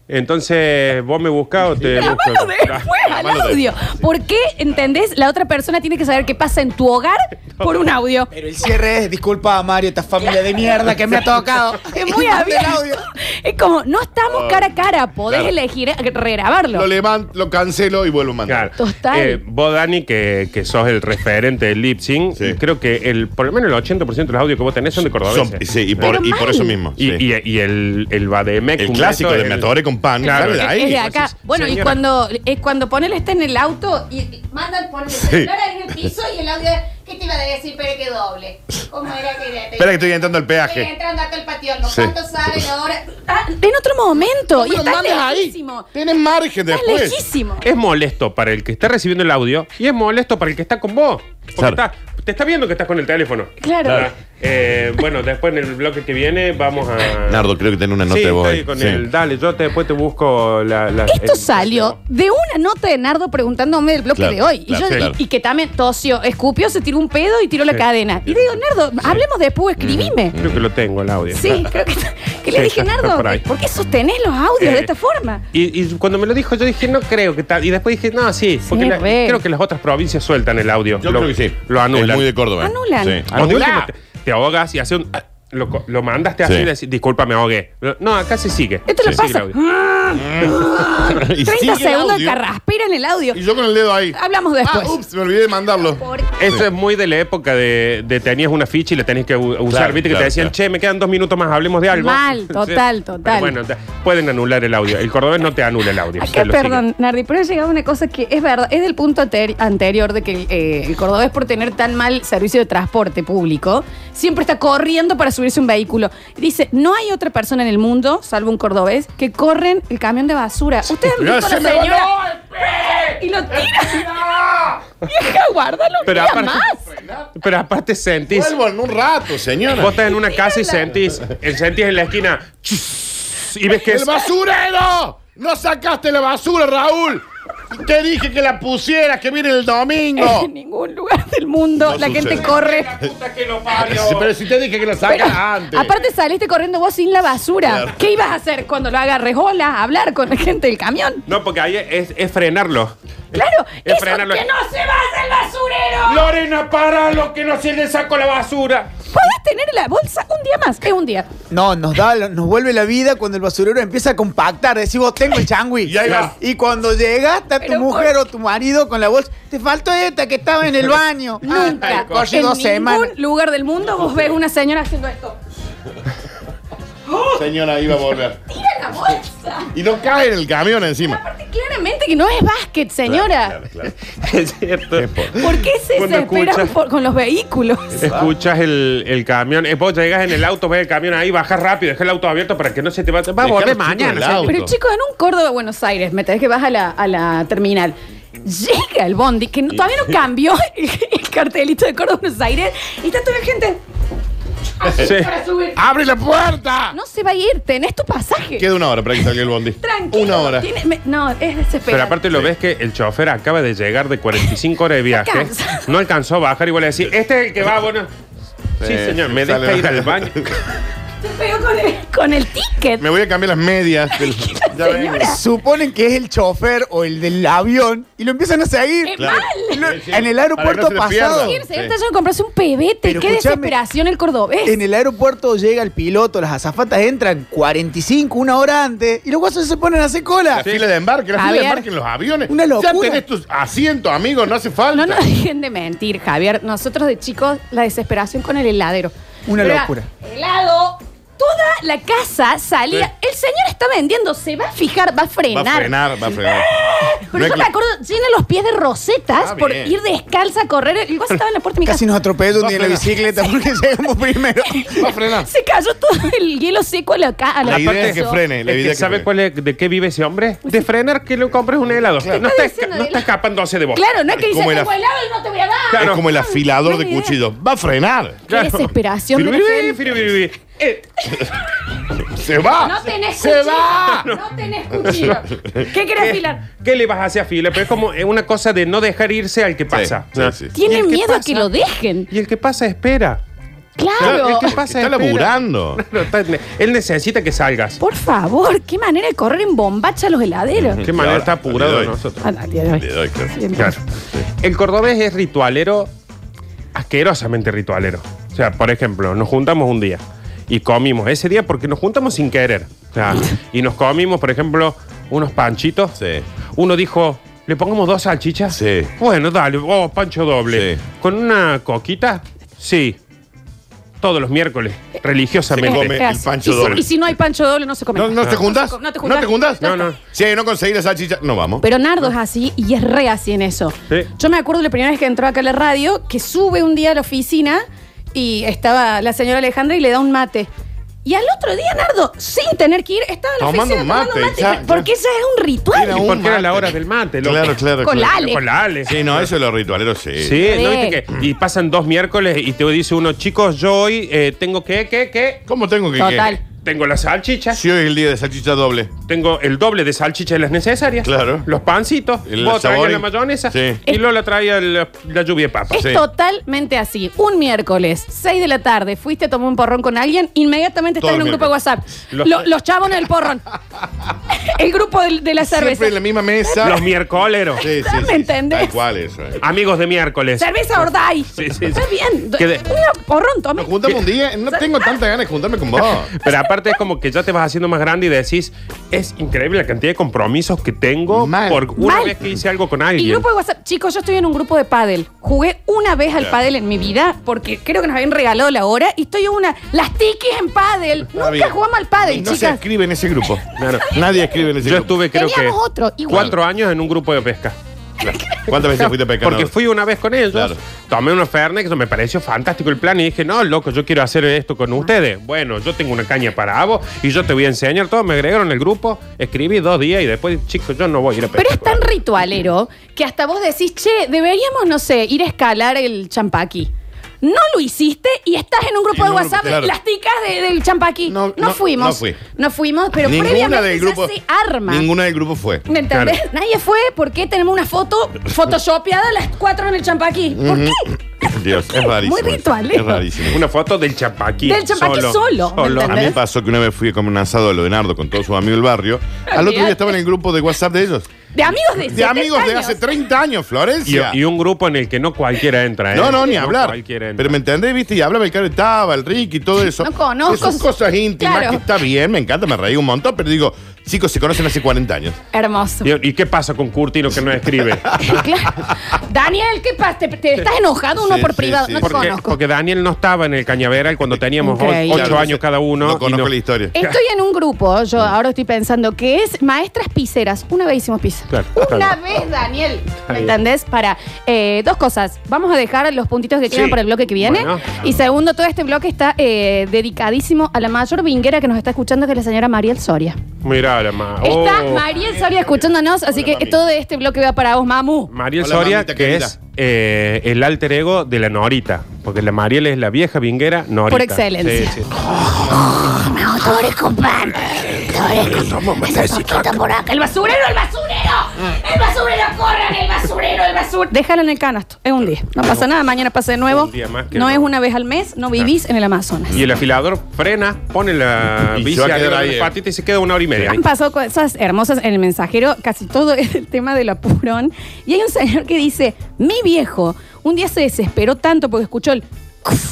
Speaker 2: Entonces, ¿vos me buscás o te busco?
Speaker 4: Grabalo después al
Speaker 7: Grabalo
Speaker 4: audio. ¿Por qué, entendés? La otra persona tiene que saber qué pasa en tu hogar por un audio.
Speaker 5: Pero el cierre es, disculpa Mario, esta familia de mierda que me ha tocado.
Speaker 4: Es
Speaker 7: <laughs>
Speaker 4: muy
Speaker 5: Manda el
Speaker 4: abierto.
Speaker 5: audio.
Speaker 4: Es como, no estamos cara a cara. Podés
Speaker 7: Oh. Claro.
Speaker 4: elegir eh, regrabarlo.
Speaker 7: Lo levanto, lo cancelo y vuelvo a mandar.
Speaker 2: Claro.
Speaker 4: Total.
Speaker 2: Eh, vos, Dani, que, que sos el referente del lip sync,
Speaker 7: Sí.
Speaker 2: creo que el, por lo menos el 80% de los audios que vos tenés son de cordobeses.
Speaker 7: Son- sí, y
Speaker 4: Pero
Speaker 7: por, y
Speaker 4: mal.
Speaker 7: por eso mismo.
Speaker 2: Y,
Speaker 7: sí.
Speaker 2: y- y el, el Bademec,
Speaker 7: el
Speaker 2: un
Speaker 7: clásico
Speaker 2: reto,
Speaker 7: de
Speaker 2: el-
Speaker 7: me atoré con pan.
Speaker 2: Claro.
Speaker 7: ¿sabes?
Speaker 4: Es-
Speaker 7: Ahí.
Speaker 4: es de acá.
Speaker 2: sí,
Speaker 4: bueno, y
Speaker 2: señora.
Speaker 4: cuando, es cuando ponele está en el auto y- y mandan poner el celular ahí en el piso y el audio es, ¿qué te iba a decir? Pero que doble. ¿Cómo era que era?
Speaker 7: Espera que estoy entrando al
Speaker 4: Estoy
Speaker 7: peaje.
Speaker 4: entrando acá al patio, ¿no?
Speaker 7: Sí.
Speaker 4: ¿Cuánto sabe la hora? Ah, en otro momento. Y
Speaker 7: Pero
Speaker 4: está
Speaker 7: mandes ahí.
Speaker 4: lejísimo.
Speaker 7: Tienes margen
Speaker 4: Está
Speaker 7: después.
Speaker 4: lejísimo.
Speaker 2: Es molesto para el que está recibiendo el audio y es molesto para el que está con vos. Porque
Speaker 7: Claro.
Speaker 2: está- te está viendo que estás con el teléfono.
Speaker 4: Claro.
Speaker 2: Ah, eh, bueno, después en el bloque que viene vamos a...
Speaker 7: Nardo, creo que tenés una nota
Speaker 2: sí,
Speaker 7: de voz.
Speaker 2: estoy
Speaker 7: ahí.
Speaker 2: con
Speaker 7: Sí.
Speaker 2: el... Dale, yo te- después te busco la... la-
Speaker 4: Esto
Speaker 2: el-
Speaker 4: salió de una nota de Nardo preguntándome del bloque
Speaker 7: Claro,
Speaker 4: de
Speaker 7: claro,
Speaker 4: hoy. y, yo-
Speaker 7: sí, claro.
Speaker 4: y- y que también tosió, escupió, se tiró un pedo y tiró la
Speaker 2: Sí.
Speaker 4: cadena. Y le digo, Nardo, hablemos después, escribime.
Speaker 2: Creo que lo tengo el <laughs> audio.
Speaker 4: Sí, creo que, que le
Speaker 2: Sí,
Speaker 4: dije,
Speaker 2: está
Speaker 4: Nardo,
Speaker 2: por ahí.
Speaker 4: ¿por qué sostenés los audios de
Speaker 2: Eh,
Speaker 4: esta forma?
Speaker 2: Y, y cuando me lo dijo, yo dije, no creo que tal. Y después dije, no, sí. Porque la-
Speaker 4: re.
Speaker 2: creo que las otras provincias sueltan el audio.
Speaker 7: Yo
Speaker 2: lo,
Speaker 7: creo que sí.
Speaker 2: Lo anulan.
Speaker 7: Es muy de Córdoba.
Speaker 4: Anulan.
Speaker 7: Sí.
Speaker 2: O de
Speaker 7: Anula.
Speaker 2: última, te, te ahogas y hace un. ah, lo, co- lo mandaste así
Speaker 6: Sí.
Speaker 2: y decís, disculpa, me ahogué. No, acá se sigue.
Speaker 4: Esto
Speaker 2: se
Speaker 4: le
Speaker 2: sigue
Speaker 4: pasa.
Speaker 2: el audio.
Speaker 6: Y
Speaker 4: 30
Speaker 6: sigue el
Speaker 4: segundos de
Speaker 6: audio.
Speaker 4: carraspera en el audio.
Speaker 6: Y yo con el dedo ahí.
Speaker 4: Hablamos después.
Speaker 6: Ah, ups, me olvidé de mandarlo.
Speaker 2: Eso es muy de la época de, de tenías una ficha y la tenías que u- usar,
Speaker 6: Claro,
Speaker 2: viste, que
Speaker 6: claro,
Speaker 2: te decían,
Speaker 6: claro.
Speaker 2: che, me quedan dos minutos más, hablemos de algo. <laughs>
Speaker 4: Mal, total,
Speaker 2: Pero
Speaker 4: total.
Speaker 2: bueno, te- pueden anular el audio. El cordobés no te anula el audio.
Speaker 4: Acá,
Speaker 2: se lo sigue.
Speaker 4: perdón, Nardi, pero ha llegado una cosa que es verdad, es del punto ater- anterior de que eh, el cordobés por tener tan mal servicio de transporte público, siempre está corriendo para subirse a un vehículo. Y Dice, no hay otra persona en el mundo, salvo un cordobés, que corren el camión de basura. Ustedes han
Speaker 6: No,
Speaker 4: visto a
Speaker 6: se
Speaker 4: la
Speaker 6: me
Speaker 4: señora y lo tira. <laughs> Vieja, guárdalo,
Speaker 2: Pero
Speaker 4: mira
Speaker 2: aparte,
Speaker 4: más.
Speaker 2: pero aparte sentís,
Speaker 6: Vuelvo en un rato, señora.
Speaker 2: vos estás en una casa y sentís, el sentís en la esquina, chus, y ves que
Speaker 6: ¡El
Speaker 2: es...
Speaker 6: basurero! ¡No sacaste la basura, Raúl! Te dije que la pusieras, que viene el
Speaker 4: <laughs>
Speaker 6: domingo.
Speaker 4: En ningún lugar del mundo
Speaker 6: No
Speaker 4: la gente
Speaker 6: sucede.
Speaker 4: corre. Ah,
Speaker 6: Pero si te dije que la sacas antes.
Speaker 4: Aparte saliste corriendo vos sin la basura.
Speaker 6: Claro.
Speaker 4: ¿Qué ibas a hacer cuando lo agarres? Hola, hablar con la gente del camión.
Speaker 2: No, porque ahí es, es frenarlo.
Speaker 4: Claro,
Speaker 2: Es
Speaker 4: eso,
Speaker 2: frenarlo.
Speaker 4: que no se vaya el basurero.
Speaker 2: Lorena, para lo que no se le saco la
Speaker 6: <laughs>
Speaker 2: basura.
Speaker 4: Podés tener la bolsa un día más, es un día.
Speaker 5: No, nos da, nos vuelve la vida cuando el basurero empieza a compactar. Decís, vos tengo el changui.
Speaker 6: Y ahí va.
Speaker 5: Y cuando llega, está
Speaker 4: Pero
Speaker 5: tu mujer o tu marido con la bolsa. Te faltó esta que estaba en el baño.
Speaker 4: <laughs> Nunca.
Speaker 5: Ah, corrí
Speaker 4: en
Speaker 5: dos
Speaker 4: ningún
Speaker 5: semanas.
Speaker 4: lugar del mundo vos ves una señora haciendo esto.
Speaker 6: Señora, iba a volver.
Speaker 4: Tira la bolsa.
Speaker 6: Y no cae en el camión encima.
Speaker 4: Aparte, claramente que no es básquet, señora.
Speaker 6: Claro, claro, claro.
Speaker 2: Es cierto.
Speaker 4: ¿Por qué se
Speaker 2: Cuando
Speaker 4: desesperan
Speaker 2: escuchas-
Speaker 4: por- con los vehículos?
Speaker 2: <laughs> Escuchas el, el camión, eh, vos llegas en el auto, ves el camión ahí, bajas rápido, dejas el auto abierto para que no se te vaya. Va a
Speaker 6: Dejá
Speaker 2: volver
Speaker 6: los chicos en el
Speaker 2: mañana.
Speaker 6: auto.
Speaker 4: Pero chicos, en un Córdoba, Buenos Aires, me tenés que vas a la, a la terminal. Llega el bondi, que no- todavía no cambió <laughs> el, el cartelito de Córdoba, Buenos Aires, y está toda la gente así
Speaker 2: Sí.
Speaker 4: para subir.
Speaker 6: ¡Abre la puerta!
Speaker 4: No se va a ir, tenés tu pasaje.
Speaker 6: Queda una hora para que salga el bondi.
Speaker 4: Tranquilo.
Speaker 6: Una hora.
Speaker 4: tiene- me- no, es desesperante.
Speaker 2: Pero aparte lo ves que el chofer acaba de llegar de 45 horas de viaje.
Speaker 4: cansado.
Speaker 2: No alcanzó a bajar y vuelve a decir, este es el que va, bueno. Sí,
Speaker 6: Sí,
Speaker 2: señor,
Speaker 6: Eh, sí,
Speaker 2: me
Speaker 6: sale-
Speaker 2: deja ir al baño.
Speaker 6: <laughs>
Speaker 4: Te pegó con el, con el ticket.
Speaker 6: Me voy a cambiar las medias. del- Ya vengo.
Speaker 4: Señora.
Speaker 5: Suponen que es el chofer o el del avión y lo empiezan a seguir.
Speaker 4: ¡Es
Speaker 6: Claro.
Speaker 4: mal!
Speaker 5: Lo-
Speaker 6: Sí, sí.
Speaker 5: En el
Speaker 6: Para
Speaker 5: aeropuerto
Speaker 6: que no se les
Speaker 5: pasado.
Speaker 6: pierda.
Speaker 4: Sí, señor, está yendo a comprarse un pebete.
Speaker 5: Pero
Speaker 4: Qué
Speaker 5: escúchame.
Speaker 4: desesperación el cordobés.
Speaker 5: En el aeropuerto llega el piloto, las azafatas entran 45, una hora antes, y los guasos se ponen a hacer cola.
Speaker 6: La fila de embarque, la fila
Speaker 4: Javier.
Speaker 6: de embarque en los aviones.
Speaker 5: Una locura.
Speaker 6: Ya tenés tus asientos, amigo, no hace
Speaker 4: No
Speaker 6: falta.
Speaker 4: nos dejen de mentir, Javier. Nosotros de chicos, la desesperación con el heladero.
Speaker 5: Una
Speaker 4: Era
Speaker 5: locura.
Speaker 4: Helado. Toda la casa salía. El señor está vendiendo. Se va a fijar, va a
Speaker 6: Va
Speaker 4: frenar.
Speaker 6: a frenar, va a frenar.
Speaker 4: <laughs> Pero
Speaker 6: No es
Speaker 4: yo me
Speaker 6: cla-
Speaker 4: acuerdo, llena los pies de rosetas
Speaker 6: Ah,
Speaker 4: por
Speaker 6: bien.
Speaker 4: ir descalza a correr. El guaso estaba en la puerta de mi casa.
Speaker 5: Casi nos atropelló un
Speaker 6: Va
Speaker 5: día en la
Speaker 6: frena.
Speaker 5: bicicleta
Speaker 4: <laughs>
Speaker 5: porque llegamos primero.
Speaker 6: Va a frenar.
Speaker 4: Se cayó todo el hielo seco a la, ca- a
Speaker 6: La idea
Speaker 4: parte-
Speaker 6: es que frene. La
Speaker 2: Es que
Speaker 6: idea es que
Speaker 2: ¿Sabe
Speaker 6: frene.
Speaker 2: cuál es- de qué vive ese hombre? De frenar que le compres un helado. No, está, esca- no
Speaker 4: diciendo de
Speaker 2: está
Speaker 4: helado.
Speaker 2: escapándose de vos.
Speaker 4: Claro, no es que dice,
Speaker 6: Como
Speaker 4: tengo
Speaker 6: era-
Speaker 4: helado y no te voy a dar.
Speaker 2: Claro.
Speaker 6: Es como el afilador de
Speaker 4: Buena idea.
Speaker 6: cuchillos. Va a frenar.
Speaker 4: Qué desesperación de la
Speaker 2: Firibiri,
Speaker 4: gente.
Speaker 2: firibiri. Eh,
Speaker 6: Se va.
Speaker 4: No tenés
Speaker 6: Se
Speaker 4: cuchillo.
Speaker 6: va.
Speaker 4: No tenés
Speaker 6: <laughs>
Speaker 4: cuchillo. ¿Qué querés
Speaker 2: ¿Qué,
Speaker 4: afilar?
Speaker 2: qué le vas a hacer a Fila? Pero es como eh, una cosa de no dejar irse al que pasa.
Speaker 6: sí,
Speaker 2: Ah.
Speaker 6: sí.
Speaker 2: ¿Y
Speaker 4: Tiene
Speaker 2: el que
Speaker 4: miedo a que
Speaker 2: pasa?
Speaker 4: lo dejen.
Speaker 2: Y el que pasa espera.
Speaker 4: Claro.
Speaker 2: El que pasa
Speaker 6: Está
Speaker 2: espera.
Speaker 6: laburando.
Speaker 2: Claro, está- él necesita que salgas.
Speaker 4: Por favor, qué manera de correr en bombacha a los heladeros.
Speaker 2: Qué manera
Speaker 6: ahora,
Speaker 2: está apurado
Speaker 6: le
Speaker 2: de
Speaker 6: doy.
Speaker 2: nosotros.
Speaker 4: Ah, no, día de hoy.
Speaker 6: Le doy, claro.
Speaker 2: Claro. El cordobés es ritualero, asquerosamente ritualero. O sea, por ejemplo, nos juntamos un día y comimos ese día porque nos juntamos sin querer. O
Speaker 6: <laughs>
Speaker 2: sea, y nos comimos, por ejemplo, unos panchitos.
Speaker 6: Sí.
Speaker 2: Uno dijo, ¿le pongamos dos salchichas?
Speaker 6: Sí.
Speaker 2: Bueno, dale, oh, pancho doble.
Speaker 6: Sí.
Speaker 2: ¿Con una coquita? Sí. Todos los miércoles,
Speaker 6: Se
Speaker 2: religiosamente.
Speaker 6: come. el
Speaker 4: así.
Speaker 6: pancho
Speaker 4: y, si-
Speaker 6: doble.
Speaker 4: y si no hay pancho doble, no se come.
Speaker 6: ¿No, no,
Speaker 4: nada.
Speaker 6: te juntás?
Speaker 4: No te juntás.
Speaker 2: No, no.
Speaker 6: Si no conseguís la salchicha, no vamos.
Speaker 4: Pero Nardo es así y es re así en eso.
Speaker 2: Sí.
Speaker 4: Yo me acuerdo la primera vez que entró acá a la radio, que sube un día a la oficina y estaba la señora Alejandra y le da un mate. Y al otro día, Nardo, sin tener que ir, estaba en la
Speaker 6: Tomando
Speaker 4: oficina
Speaker 6: un
Speaker 4: tomando
Speaker 6: mate,
Speaker 4: mate.
Speaker 6: ya, ya.
Speaker 4: Porque eso es un ritual.
Speaker 6: Era
Speaker 2: ¿Y
Speaker 6: un
Speaker 2: por qué era la
Speaker 6: mate.
Speaker 2: hora del mate? loco?
Speaker 6: Claro, claro.
Speaker 4: Con
Speaker 6: claro.
Speaker 4: Ale.
Speaker 2: Con la Ale.
Speaker 6: Sí, no, eso es los ritualeros, sí.
Speaker 2: Sí,
Speaker 4: Sí.
Speaker 2: ¿no? Viste que- y pasan dos miércoles y te dice uno, chicos, yo hoy eh, tengo que, que, que.
Speaker 6: ¿Cómo tengo que
Speaker 4: Total.
Speaker 6: que-
Speaker 2: Tengo las salchichas,
Speaker 6: Si hoy es el día de salchicha doble.
Speaker 2: tengo el doble de salchichas de las necesarias.
Speaker 6: Claro.
Speaker 2: Los pancitos,
Speaker 6: El
Speaker 2: vos traías
Speaker 6: sabor-
Speaker 2: la mayonesa
Speaker 6: Sí.
Speaker 2: y Lola traía el- la lluvia de papas.
Speaker 4: Es
Speaker 6: Sí.
Speaker 4: totalmente así. Un miércoles, 6 de la tarde, fuiste a tomar un porrón con alguien, inmediatamente estás
Speaker 6: Todos
Speaker 4: en un
Speaker 6: los
Speaker 4: grupo de WhatsApp.
Speaker 2: Los-
Speaker 4: Lo- los chabones del porrón. El grupo del- de, la cerveza.
Speaker 6: Siempre en la misma mesa.
Speaker 2: Los miércoleros.
Speaker 6: Sí, sí, sí,
Speaker 4: ¿Me
Speaker 6: sí.
Speaker 4: entendés?
Speaker 6: Tal cual eso. eh.
Speaker 2: Amigos de miércoles.
Speaker 4: Cerveza Ordai.
Speaker 2: Sí, sí, sí.
Speaker 4: Está bien.
Speaker 2: Que de-
Speaker 4: Un porrón, toma.
Speaker 6: Nos juntamos un día. No tengo tanta ganas de juntarme con vos.
Speaker 2: Pero aparte es como que ya te vas haciendo más grande y decís, es increíble la cantidad de compromisos que tengo
Speaker 6: Mal.
Speaker 2: por una
Speaker 4: Mal.
Speaker 2: vez que hice algo con
Speaker 4: Y
Speaker 2: alguien.
Speaker 4: grupo de WhatsApp. Chicos, yo estoy en un grupo de pádel. Jugué una vez al pádel en mi vida porque creo que nos habían regalado la hora y estoy en una. Las tiquis en pádel. Nunca
Speaker 6: bien.
Speaker 4: jugamos al
Speaker 6: Y
Speaker 4: pádel,
Speaker 6: no se
Speaker 4: chicas.
Speaker 6: escribe en
Speaker 4: <laughs>
Speaker 6: ese grupo.
Speaker 2: Claro.
Speaker 6: Nadie escribe en ese
Speaker 2: Yo
Speaker 6: grupo.
Speaker 2: estuve creo que
Speaker 4: Teníamos otro, igual.
Speaker 2: cuatro años en un grupo de pesca.
Speaker 6: ¿Cuántas
Speaker 4: <laughs>
Speaker 6: veces fuiste pescador?
Speaker 2: Porque fui una vez con ellos,
Speaker 6: Claro.
Speaker 2: tomé una Fernet, que eso me pareció fantástico el plan, y dije, no, loco, yo quiero hacer esto con ustedes. Bueno, yo tengo una caña para vos y yo te voy a enseñar todo. Me agregaron el grupo, escribí dos días y después, chicos, yo no voy a ir a pescar.
Speaker 4: Pero es tan ritualero que hasta vos decís, che, deberíamos, no sé, ir a escalar el champaquí. No lo hiciste y estás en un grupo de
Speaker 6: En un grupo,
Speaker 4: WhatsApp,
Speaker 6: claro.
Speaker 4: las ticas de- del champaquí. No,
Speaker 6: No, no,
Speaker 4: fuimos. No,
Speaker 6: no fui.
Speaker 4: fuimos, pero
Speaker 6: Ninguna
Speaker 4: previamente
Speaker 6: del
Speaker 4: ya
Speaker 6: grupo.
Speaker 4: se arma.
Speaker 6: Ninguna del grupo fue.
Speaker 4: ¿Me entendés?
Speaker 2: Claro.
Speaker 4: Nadie fue porque tenemos una foto photoshopeada a las cuatro en el champaquí. ¿Por qué? ¿eh?
Speaker 6: Dios,
Speaker 4: <laughs>
Speaker 6: es rarísimo. eso.
Speaker 4: ritualero.
Speaker 6: Es rarísimo.
Speaker 2: Una foto del champaquí.
Speaker 4: Del champaquí solo, ¿me
Speaker 6: A mí me pasó que una vez fui a comer un asado de Leonardo con todos sus amigos del barrio. Al otro día estaba en el grupo de WhatsApp de ellos.
Speaker 4: De amigos de
Speaker 6: De amigos de hace 30 años,
Speaker 2: Y,
Speaker 6: Florencia.
Speaker 2: y un grupo en el que no cualquiera entra, ¿eh?
Speaker 6: No, no, ni hablar.
Speaker 2: cualquiera entra.
Speaker 6: Pero me entendés, viste, y hablaba el cara estaba, el Ricky y todo eso.
Speaker 4: No conozco.
Speaker 6: Son cosas íntimas
Speaker 4: Claro.
Speaker 6: que está bien, me encanta, me reí un montón, pero digo, chicos, se conocen hace 40 años.
Speaker 4: Hermoso.
Speaker 2: ¿Y, y qué pasa con Curtino que no
Speaker 6: <laughs>
Speaker 2: escribe?
Speaker 4: Claro. Daniel, ¿qué pasa? ¿Te, te estás enojado uno
Speaker 6: Sí,
Speaker 4: por
Speaker 6: sí,
Speaker 4: privado?
Speaker 6: sí.
Speaker 4: no te
Speaker 2: Porque,
Speaker 4: conozco.
Speaker 2: porque Daniel no estaba en el Cañaveral cuando teníamos o-
Speaker 4: Increíble.
Speaker 2: ocho
Speaker 6: Claro,
Speaker 2: años cada uno.
Speaker 6: No conozco
Speaker 2: y
Speaker 6: la historia.
Speaker 4: Estoy en un grupo, yo ahora estoy pensando, que es maestras piseras. Una vez hicimos pizza.
Speaker 2: Claro, está
Speaker 4: Una
Speaker 2: bien.
Speaker 4: vez, Daniel. ¿Me
Speaker 2: bien.
Speaker 4: entendés? Para eh, dos cosas. Vamos a dejar los puntitos que quedan
Speaker 2: Sí.
Speaker 4: para el bloque que viene.
Speaker 2: Bueno.
Speaker 4: Y segundo, todo este bloque está eh, dedicadísimo a la mayor vinguera que nos está escuchando, que es la señora Mariel Soria.
Speaker 2: Mirá la ma.
Speaker 4: Está
Speaker 2: oh.
Speaker 4: Mariel Soria escuchándonos, así
Speaker 6: Hola,
Speaker 4: que
Speaker 6: mami.
Speaker 4: todo este bloque va para vos, mamu.
Speaker 2: Mariel
Speaker 6: Hola,
Speaker 2: Soria,
Speaker 6: mamita
Speaker 2: que
Speaker 6: querida.
Speaker 2: es eh, el alter ego de la Norita. Porque la Mariel es la vieja vinguera Norita.
Speaker 4: Por excelencia.
Speaker 2: Sí, sí.
Speaker 4: ¡El basurero, el basurero! ¡El basurero, corran! ¡El basurero, el basurero! Déjalo en el canasto, es un día. No pasa nada, mañana pasa de nuevo.
Speaker 2: Un día más que
Speaker 4: No
Speaker 2: no.
Speaker 4: es una vez al mes, no vivís en el Amazonas.
Speaker 2: Y el afilador frena, pone la
Speaker 6: Y se
Speaker 2: bici
Speaker 6: va a
Speaker 2: arriba
Speaker 6: quedar
Speaker 2: de
Speaker 6: ahí,
Speaker 2: la
Speaker 6: eh.
Speaker 2: patita y se queda una hora y media. ahí.
Speaker 4: Han pasado cosas hermosas en el mensajero, casi todo es el <laughs> tema del apurón. Y hay un señor que dice, mi viejo, un día se desesperó tanto porque escuchó el <laughs>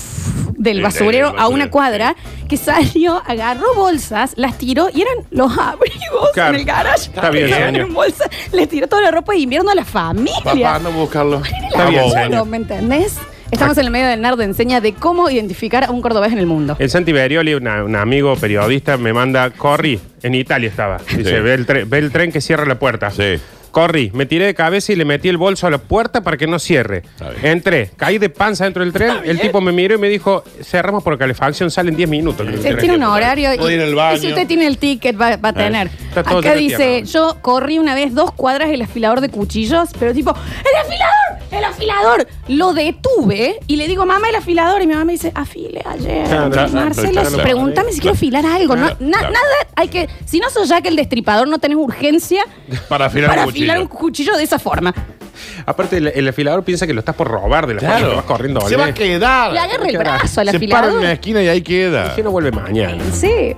Speaker 4: del
Speaker 6: El-
Speaker 4: basurero
Speaker 6: el
Speaker 4: a una
Speaker 6: basurero.
Speaker 4: cuadra que salió, agarró bolsas, las tiró y eran los abrigos
Speaker 2: Claro.
Speaker 4: en el garage.
Speaker 2: Está bien,
Speaker 4: Estaban
Speaker 2: señor.
Speaker 4: en bolsa, le tiró toda la ropa de invierno a la familia.
Speaker 6: Papá, anda a buscarlo.
Speaker 2: Está bien,
Speaker 6: Vamos.
Speaker 2: señor.
Speaker 4: Claro, ¿me entendés? Estamos en el medio del nardo enseña de cómo identificar a un cordobés en el mundo.
Speaker 2: El Santi Berioli, una- un amigo periodista, me manda, corri, en Italia estaba. Dice,
Speaker 6: Sí.
Speaker 2: ve, el tre- ve el tren que cierra la puerta.
Speaker 6: Sí.
Speaker 2: Corri, me tiré de cabeza y le metí el bolso a la puerta para que no cierre.
Speaker 6: Está bien.
Speaker 2: Entré, caí de panza dentro del tren, el tipo me miró y me dijo, cerramos por calefacción, salen 10 minutos.
Speaker 4: Sí, Eh, tiene un horario
Speaker 6: Puede
Speaker 4: y,
Speaker 6: ir al
Speaker 4: y
Speaker 6: baño.
Speaker 4: si usted tiene el ticket va, va a tener.
Speaker 2: Está todo
Speaker 4: Acá
Speaker 2: lleno de
Speaker 4: dice,
Speaker 2: tierra.
Speaker 4: yo corrí una vez dos cuadras el afilador de cuchillos, pero tipo, ¡el afilador! ¡El afilador! Lo detuve y le digo, mamá, el afilador. Y mi mamá me dice, afile ayer.
Speaker 6: Ah,
Speaker 2: Claro, claro,
Speaker 4: Marcelo,
Speaker 2: claro, claro.
Speaker 4: pregúntame si quiero afilar algo. No, na-
Speaker 6: claro.
Speaker 4: Nada, hay que... Si no sos ya que el destripador no tenés urgencia
Speaker 6: Para <laughs> afilar
Speaker 4: para
Speaker 6: un cuchillo.
Speaker 4: afilar un cuchillo de esa forma.
Speaker 2: Aparte, el, el afilador piensa que lo estás por robar de la forma que vas corriendo.
Speaker 6: Se va a
Speaker 2: ¿vale?
Speaker 6: quedar.
Speaker 4: Le agarra el
Speaker 2: ¿qué hará?
Speaker 4: brazo al
Speaker 6: Se para en una
Speaker 4: afilador.
Speaker 6: esquina y ahí queda.
Speaker 2: Que no vuelve mañana.
Speaker 4: Sí.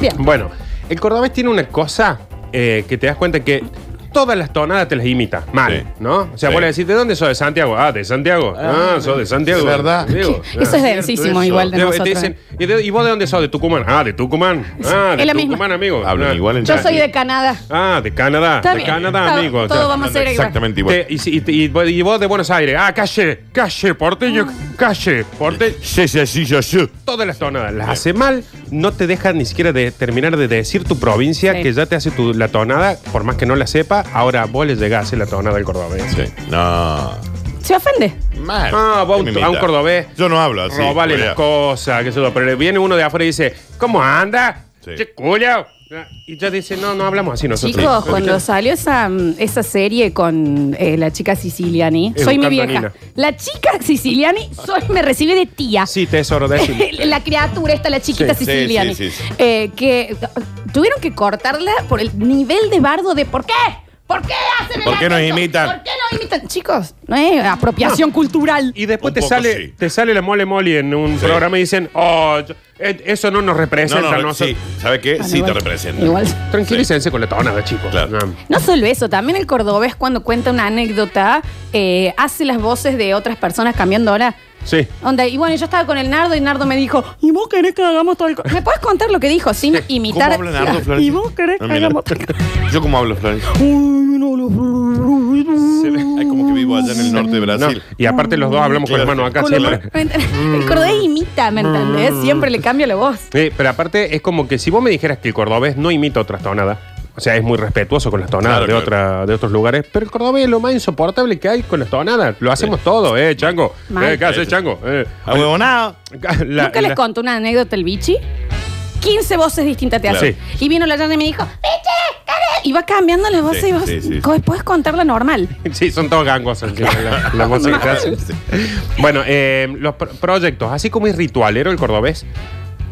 Speaker 4: Bien.
Speaker 2: Bueno, el cordobés tiene una cosa eh, que te das cuenta que todas las tonadas te las imita mal,
Speaker 6: Sí.
Speaker 2: ¿no? O sea,
Speaker 6: Sí.
Speaker 2: vos le decís, ¿de dónde sos? ¿De Santiago? Ah, de Santiago. Ah, sos de Santiago.
Speaker 6: Es verdad.
Speaker 2: Digo, ah.
Speaker 4: Eso es densísimo
Speaker 6: eso.
Speaker 4: igual de
Speaker 2: Te-
Speaker 4: nosotros.
Speaker 2: te dicen, ¿y, de- y vos de dónde sos? De Tucumán. Ah, de Tucumán. Ah, de
Speaker 4: Es la misma.
Speaker 2: Tucumán, amigo.
Speaker 6: Hablan
Speaker 2: Ah.
Speaker 6: igual en
Speaker 4: ¿eh? Yo soy de Canadá.
Speaker 2: Ah, de Canadá.
Speaker 4: Está
Speaker 2: de
Speaker 4: bien.
Speaker 2: Canadá,
Speaker 4: Está-
Speaker 2: amigo.
Speaker 4: todo
Speaker 2: O sea,
Speaker 4: vamos a hacer igual.
Speaker 6: Exactamente igual.
Speaker 2: te- y, si- y te- y vos- y vos de Buenos Aires. Ah, calle, calle, porteño, calle, porteño.
Speaker 6: Sí, sí, sí, yo, yo.
Speaker 2: Todas las tonadas las hace mal, no te deja ni siquiera de terminar de decir tu provincia,
Speaker 4: Sí.
Speaker 2: que ya te hace tu- la tonada, por más que no la sepa, ahora vos le llegás a hacer la tonada al cordobés.
Speaker 6: Sí. No.
Speaker 4: ¿Se ofende?
Speaker 6: Mal.
Speaker 2: Ah, va
Speaker 6: ¿Qué
Speaker 2: un- a
Speaker 6: me invita?
Speaker 2: un cordobés.
Speaker 6: Yo no hablo así.
Speaker 2: Robale
Speaker 6: Julia.
Speaker 2: las cosas, qué sé yo. Pero le viene uno de afuera y dice, ¿cómo anda?
Speaker 6: Sí.
Speaker 2: Che, culo. Y ya dice, no, no hablamos así nosotros.
Speaker 4: Chicos, cuando salió esa, mm, esa serie con eh, la chica siciliani,
Speaker 2: Es
Speaker 4: soy mi
Speaker 2: Bucata
Speaker 4: vieja.
Speaker 2: Nina.
Speaker 4: La chica siciliani soy, me recibe de tía.
Speaker 2: Sí, tesoro, decime.
Speaker 4: <laughs> la criatura esta, la chiquita
Speaker 6: Sí, sí,
Speaker 4: siciliani.
Speaker 6: sí, sí, sí.
Speaker 4: Eh, que tuvieron que cortarla por el nivel de bardo de ¿por qué? ¿Por qué hacen el
Speaker 6: ¿Por qué nos
Speaker 4: acento?
Speaker 6: imitan?
Speaker 4: ¿Por qué nos imitan? Chicos, no es apropiación cultural.
Speaker 2: Y después
Speaker 6: Un
Speaker 2: te
Speaker 6: poco
Speaker 2: sale,
Speaker 6: sí.
Speaker 2: te sale la mole mole en un
Speaker 6: Sí.
Speaker 2: programa y dicen, oh, yo- eh, eso no nos representa
Speaker 6: No,
Speaker 2: a
Speaker 6: no,
Speaker 2: nosotros.
Speaker 6: sí. ¿Sabe qué?
Speaker 4: Bueno,
Speaker 6: sí
Speaker 4: igual-
Speaker 6: te representa.
Speaker 4: Igual.
Speaker 2: Tranquilícense con la tonada, chicos.
Speaker 6: Claro.
Speaker 2: Ah.
Speaker 4: No solo eso, también el cordobés cuando cuenta una anécdota eh, hace las voces de otras personas cambiando ahora.
Speaker 2: Sí.
Speaker 4: Onda, y bueno, yo estaba con el Nardo y Nardo me dijo, ¿y vos querés que hagamos todo el... co-?" ¿Me puedes contar lo que dijo sin imitar?
Speaker 6: ¿Cómo
Speaker 4: <laughs>
Speaker 6: habla Nardo, Florencia?
Speaker 4: ¿Y vos querés que
Speaker 6: Ah, mira.
Speaker 4: <laughs> hagamos todo el co-?"
Speaker 6: <laughs> ¿Yo cómo hablo, Florencia? Se ve ay, como que vivo allá en el norte de
Speaker 2: No,
Speaker 6: Brasil.
Speaker 2: y aparte los dos hablamos con la
Speaker 6: Claro.
Speaker 2: mano acá
Speaker 4: Con la
Speaker 2: siempre.
Speaker 4: mano- El cordobés imita, ¿me entendés?
Speaker 6: Mm.
Speaker 4: Siempre le cambia la voz.
Speaker 2: Sí, pero aparte es como que si vos me dijeras que el cordobés no imita otras tonadas, o sea, es muy respetuoso con las tonadas
Speaker 6: Claro,
Speaker 2: de,
Speaker 6: claro.
Speaker 2: otra- de otros lugares, pero el cordobés es lo más insoportable que hay con las tonadas. Lo hacemos todo, ¿eh, chango?
Speaker 4: Mal.
Speaker 2: Eh, ¿Qué haces, chango? Eh, <laughs>
Speaker 6: Ahuevonado.
Speaker 2: la-
Speaker 4: ¿Nunca
Speaker 2: la-
Speaker 4: les contó una anécdota el bichi? 15 voces distintas te
Speaker 6: Claro.
Speaker 4: hacen. Y vino la llana y me dijo, ¡Bichi! cara". Y va cambiando las voces
Speaker 6: Sí,
Speaker 4: y vos
Speaker 6: sí, sí.
Speaker 4: co- puedes contarla normal.
Speaker 2: <laughs> Sí, son todos gangos. el que- la-
Speaker 6: <laughs>
Speaker 2: la voz que hace. Bueno, eh, los pro- proyectos, así como es ritualero el cordobés,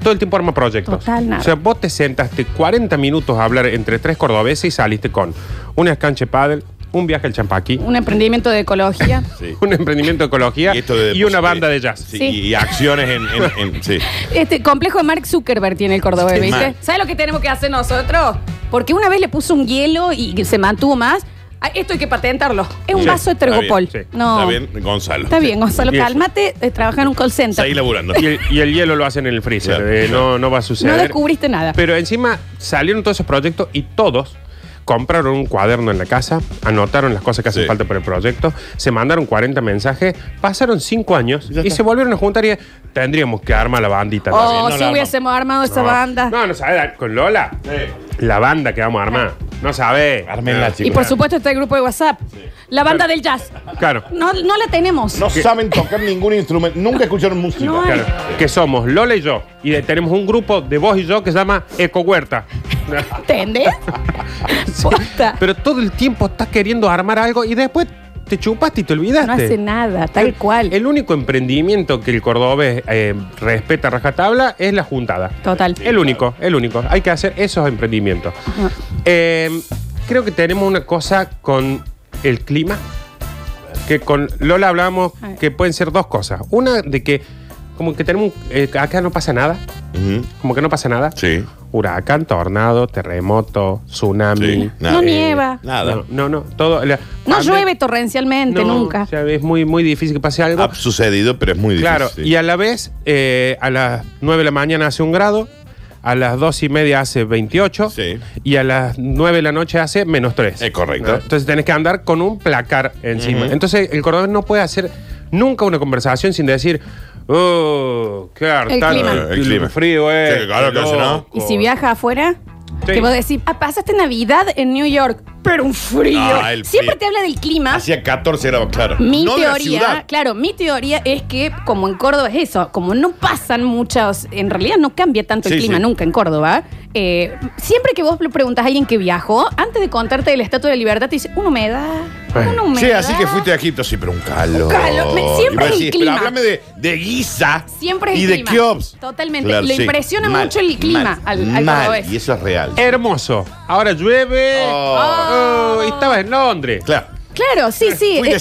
Speaker 2: todo el tiempo arma proyectos.
Speaker 4: Total, nada.
Speaker 2: O sea, vos te sentaste 40 minutos a hablar entre tres cordobeses y saliste con una cancha de pádel, un viaje al champaquí,
Speaker 4: Un emprendimiento de ecología.
Speaker 6: Sí.
Speaker 2: un emprendimiento de ecología y,
Speaker 6: esto de-
Speaker 2: una banda de jazz.
Speaker 6: Sí,
Speaker 4: Sí.
Speaker 6: Y, y acciones en. en- en- sí.
Speaker 4: Este complejo de Mark Zuckerberg tiene el cordobés,
Speaker 6: Sí,
Speaker 4: ¿viste?
Speaker 6: mal.
Speaker 4: ¿Sabes lo que tenemos que hacer nosotros? Porque una vez le puso un hielo y se mantuvo más. Ah, Esto hay que patentarlo. Es un
Speaker 6: Sí,
Speaker 4: vaso de
Speaker 6: está bien,
Speaker 4: Tergopol.
Speaker 2: sí.
Speaker 4: No.
Speaker 6: Está bien, Gonzalo.
Speaker 4: Está bien, Gonzalo,
Speaker 2: Y eso.
Speaker 4: cálmate. eh, Trabaja en un call center.
Speaker 6: Seguí laburando.
Speaker 2: Y el, y el hielo lo hacen en el freezer.
Speaker 6: Claro,
Speaker 2: eh,
Speaker 6: claro.
Speaker 2: No, no va a suceder.
Speaker 4: No descubriste nada.
Speaker 2: Pero encima salieron todos esos proyectos y todos compraron un cuaderno en la casa, anotaron las cosas que hacen
Speaker 6: Sí.
Speaker 2: falta para el proyecto, se mandaron 40 mensajes, pasaron 5 años
Speaker 6: Ya
Speaker 2: y
Speaker 6: está.
Speaker 2: se volvieron a juntar y tendríamos que armar la bandita.
Speaker 4: Oh,
Speaker 6: no
Speaker 4: si
Speaker 6: la armamos.
Speaker 4: hubiésemos armado esa
Speaker 2: No.
Speaker 4: banda.
Speaker 2: No, no sabes, con Lola, la banda que vamos a armar. No sabes.
Speaker 6: Armenla, chicos.
Speaker 4: y por supuesto está el grupo de WhatsApp. La banda del jazz.
Speaker 2: Claro.
Speaker 4: No, no la tenemos.
Speaker 7: No saben tocar ningún instrumento. Nunca escucharon música.
Speaker 4: No hay.
Speaker 2: Claro, que somos Lola y yo. Y de- tenemos un grupo de vos y yo que se llama Eco Huerta.
Speaker 4: ¿Entendés? Posta.
Speaker 2: Pero todo el tiempo estás queriendo armar algo y después te chupaste y te olvidaste.
Speaker 4: No hace nada, tal cual.
Speaker 2: El único emprendimiento que el cordobés eh, respeta a rajatabla es la juntada.
Speaker 4: Total.
Speaker 2: El único, el único. Hay que hacer esos emprendimientos.
Speaker 4: Ah.
Speaker 2: Eh, creo que tenemos una cosa con el clima, que con Lola hablamos
Speaker 4: A ver.
Speaker 2: que pueden ser dos cosas. Una de que como que tenemos, un- eh, acá no pasa nada,
Speaker 6: Ujú.
Speaker 2: como que no pasa nada.
Speaker 6: Sí.
Speaker 2: Huracán, tornado, terremoto, tsunami.
Speaker 6: Sí.
Speaker 4: No
Speaker 6: Nada.
Speaker 4: nieva.
Speaker 6: Nada.
Speaker 2: No, no, no, todo. la-
Speaker 4: No
Speaker 2: a mí-
Speaker 4: llueve torrencialmente
Speaker 2: no,
Speaker 4: nunca.
Speaker 2: o sea, es muy, muy difícil que pase algo.
Speaker 6: Ha sucedido, pero es muy difícil.
Speaker 2: Claro,
Speaker 6: sí.
Speaker 2: y a la vez, eh, a las 9 de la mañana hace un grado, a las 2 y media hace 28,
Speaker 6: Sí.
Speaker 2: y a las 9 de la noche hace menos 3.
Speaker 6: Es correcto.
Speaker 2: Entonces tenés que andar con un placar encima. Entonces el cordobés no puede hacer nunca una conversación sin decir, oh, qué hartante,
Speaker 4: clima.
Speaker 6: Eh, el clima.
Speaker 2: frío este, es.
Speaker 6: Sí, claro que hace, ¿no?
Speaker 4: Y si viaja afuera,
Speaker 2: Sí.
Speaker 4: te voy a decir, ah, pasaste Navidad en New York, pero un frío.
Speaker 6: Ah, el
Speaker 4: Siempre
Speaker 6: frío.
Speaker 4: te habla del clima.
Speaker 6: Hacía 14 grados, claro.
Speaker 4: Mi
Speaker 6: no de la
Speaker 4: teoría,
Speaker 6: ciudad.
Speaker 4: claro, mi teoría es que como en Córdoba es eso, como no pasan muchas, en realidad no cambia tanto el
Speaker 6: Sí,
Speaker 4: clima
Speaker 6: sí.
Speaker 4: nunca en Córdoba, eh, siempre que vos le preguntás a alguien que viajó, antes de contarte de la Estatua de la Libertad, te dice, una humedad, una humedad.
Speaker 6: Sí, así que fuiste a Egipto, sí, pero un calor.
Speaker 4: Un calor, me- siempre
Speaker 6: Y vos
Speaker 4: es el
Speaker 6: decís,
Speaker 4: clima.
Speaker 6: Pero háblame de, de Giza.
Speaker 4: Siempre es
Speaker 6: Y
Speaker 4: el
Speaker 6: de
Speaker 4: clima.
Speaker 6: Kiops.
Speaker 4: Totalmente. Le impresiona mucho el clima al- al
Speaker 6: mal,
Speaker 4: cordobés. Eh,
Speaker 6: Y eso es real.
Speaker 2: Hermoso. Ahora llueve.
Speaker 6: Oh.
Speaker 2: Oh, y estabas en Londres.
Speaker 6: Claro.
Speaker 4: Claro, sí, sí.
Speaker 6: Fui de
Speaker 4: eh,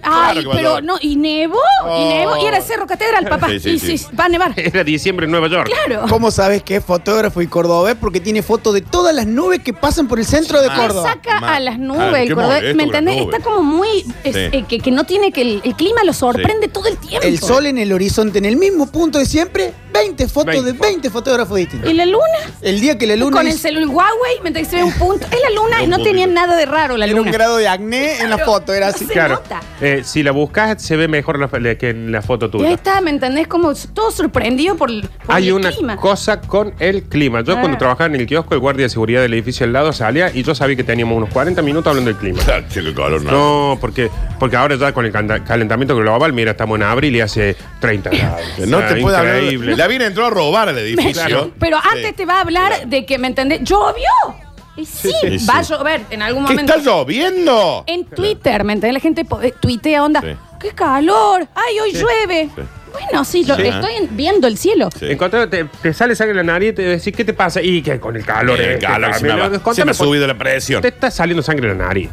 Speaker 4: Ay,
Speaker 6: claro que va a
Speaker 4: pero
Speaker 6: llover.
Speaker 4: no, y nevó, y
Speaker 6: Oh.
Speaker 4: nevó, y era Cerro Catedral, papá.
Speaker 6: Sí, sí,
Speaker 4: y
Speaker 6: sí.
Speaker 4: sí, va a nevar.
Speaker 2: <laughs> Era diciembre en Nueva York.
Speaker 4: Claro.
Speaker 5: ¿Cómo sabes que es fotógrafo y cordobés? Porque tiene fotos de todas las nubes que pasan por el centro de
Speaker 6: Ah,
Speaker 4: Le
Speaker 5: Córdoba.
Speaker 4: saca
Speaker 6: Ma-
Speaker 4: a las
Speaker 6: Claro,
Speaker 4: nubes, el
Speaker 6: qué
Speaker 4: cordobés,
Speaker 6: molesto
Speaker 4: ¿me
Speaker 6: con las
Speaker 4: entendés?
Speaker 6: nubes.
Speaker 4: Está como muy... es-
Speaker 6: Sí.
Speaker 4: eh, que, que no tiene que... El, el clima lo sorprende todo el tiempo.
Speaker 5: El sol en el horizonte, en el mismo punto de siempre, 20 fotos
Speaker 2: 20
Speaker 5: de 20 fotógrafos
Speaker 4: ¿Y
Speaker 5: distintos.
Speaker 4: la luna?
Speaker 5: El día que la luna
Speaker 4: Con el
Speaker 5: hizo-
Speaker 4: celular Huawei, mientras que se ve un punto. Es la luna y
Speaker 6: Un
Speaker 4: no tenía
Speaker 6: puntito.
Speaker 4: nada de raro la
Speaker 5: era un
Speaker 4: luna.
Speaker 5: grado de acné en la
Speaker 4: Claro,
Speaker 5: foto, era
Speaker 4: no
Speaker 5: así.
Speaker 4: sé.
Speaker 2: Claro.
Speaker 4: nota.
Speaker 2: Eh, si la buscas, se ve mejor la- la- que en la foto
Speaker 4: Y ahí
Speaker 2: tuya.
Speaker 4: está, ¿me entendés? Como todo sorprendido por, el- por
Speaker 2: Hay
Speaker 4: el
Speaker 2: una
Speaker 4: clima.
Speaker 2: cosa con el clima. Yo
Speaker 4: Ah.
Speaker 2: cuando trabajaba en el kiosco, el guardia de seguridad del edificio al lado salía y yo sabía que teníamos unos 40 minutos hablando del clima.
Speaker 6: Claro, che, qué calor, no.
Speaker 2: No, porque, porque ahora
Speaker 6: <laughs>
Speaker 2: ya con el canta- calentamiento global, mira, estamos en abril y hace 30 grados.
Speaker 6: No te puede hablar.
Speaker 2: Increíble.
Speaker 6: La Clavín entró a robar al edificio.
Speaker 2: Claro.
Speaker 4: <laughs> Pero antes
Speaker 6: Sí.
Speaker 4: te va a hablar de que, ¿me entendés? ¡Llovió! Y sí,
Speaker 6: sí, sí.
Speaker 4: va a llover en algún
Speaker 6: ¿Qué
Speaker 4: momento.
Speaker 6: está lloviendo?
Speaker 4: En Twitter, ¿me entendés? La gente po- eh, tuitea onda.
Speaker 6: Sí.
Speaker 4: ¡Qué calor! ¡Ay, hoy llueve!
Speaker 6: Sí.
Speaker 4: Bueno, sí, lo-
Speaker 6: Sí.
Speaker 4: estoy en- viendo el cielo.
Speaker 6: Sí.
Speaker 2: Encontrá- te, te sale sangre en la nariz y te decís, ¿qué te pasa? Y que con el calor.
Speaker 6: El
Speaker 2: este,
Speaker 6: calor, se me,
Speaker 2: también.
Speaker 6: ha-
Speaker 2: Contame
Speaker 6: se me ha
Speaker 2: por-
Speaker 6: subido la presión.
Speaker 2: Te está saliendo sangre en la nariz.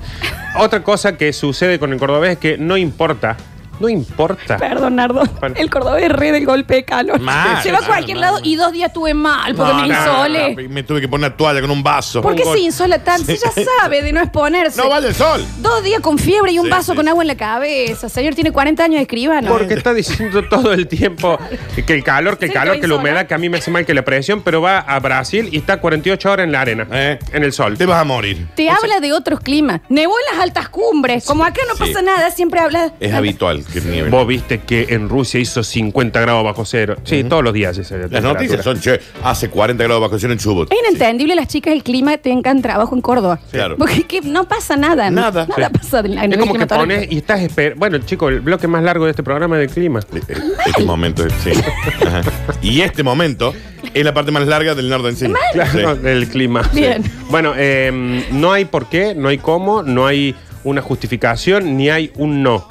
Speaker 2: Otra cosa que sucede con el cordobés es que no importa. No importa.
Speaker 4: <laughs> Perdón, Nardo.
Speaker 2: Bueno.
Speaker 4: El cordobés es re del golpe de calor.
Speaker 6: Mal,
Speaker 4: Se va a
Speaker 6: mal,
Speaker 4: cualquier
Speaker 6: mal,
Speaker 4: lado
Speaker 6: mal.
Speaker 4: y dos días estuve mal porque
Speaker 6: No,
Speaker 4: me
Speaker 6: no,
Speaker 4: insolé.
Speaker 6: no, no, Ah, me tuve que poner una toalla con un vaso.
Speaker 4: ¿Por qué
Speaker 2: Un
Speaker 4: se
Speaker 2: gol.
Speaker 4: insola tanto? Si ya sabe de no exponerse.
Speaker 6: No vale el sol.
Speaker 4: Dos días con fiebre y un
Speaker 6: Sí,
Speaker 4: vaso
Speaker 6: sí,
Speaker 4: con
Speaker 6: sí.
Speaker 4: agua en la cabeza. Señor, tiene 40 años de escribano.
Speaker 2: Porque está diciendo todo el tiempo que el calor, que el
Speaker 4: Sí,
Speaker 2: calor,
Speaker 4: que
Speaker 2: que la
Speaker 4: hizo,
Speaker 2: humedad,
Speaker 4: ¿no?
Speaker 2: que a mí me hace mal que la presión, pero va a Brasil y está 48 horas en la arena,
Speaker 6: Eh.
Speaker 2: en el sol.
Speaker 6: Te vas a morir.
Speaker 4: Te habla de otros climas. Nevó en las altas cumbres. Como acá no
Speaker 6: sí.
Speaker 4: pasa nada, siempre habla.
Speaker 6: Es habitual que nieve.
Speaker 2: Vos viste que en Rusia hizo 50 grados bajo cero. Sí, todos los días. esa
Speaker 6: Las
Speaker 2: temperatura.
Speaker 6: noticias son, che, hace 40 grados bajo cero en Chubut.
Speaker 4: Es inentendible, las chicas, el clima, tengan trabajo en Córdoba.
Speaker 6: Claro.
Speaker 4: Porque que no pasa nada. ¿no?
Speaker 6: Nada.
Speaker 4: Nada
Speaker 2: Sí.
Speaker 4: pasa en la- en
Speaker 2: Es
Speaker 4: el
Speaker 2: como que
Speaker 4: clima torrente.
Speaker 2: pones y estás esperando. Bueno, chico, el bloque más largo de este programa es del clima.
Speaker 6: Eh, eh, Este momento, sí. Ajá. Y este momento es la parte más larga del norte en sí.
Speaker 2: Claro,
Speaker 6: Sí.
Speaker 2: del clima.
Speaker 4: Bien.
Speaker 2: Sí. Bueno, eh, no hay por qué, no hay cómo, no hay una justificación, ni hay un no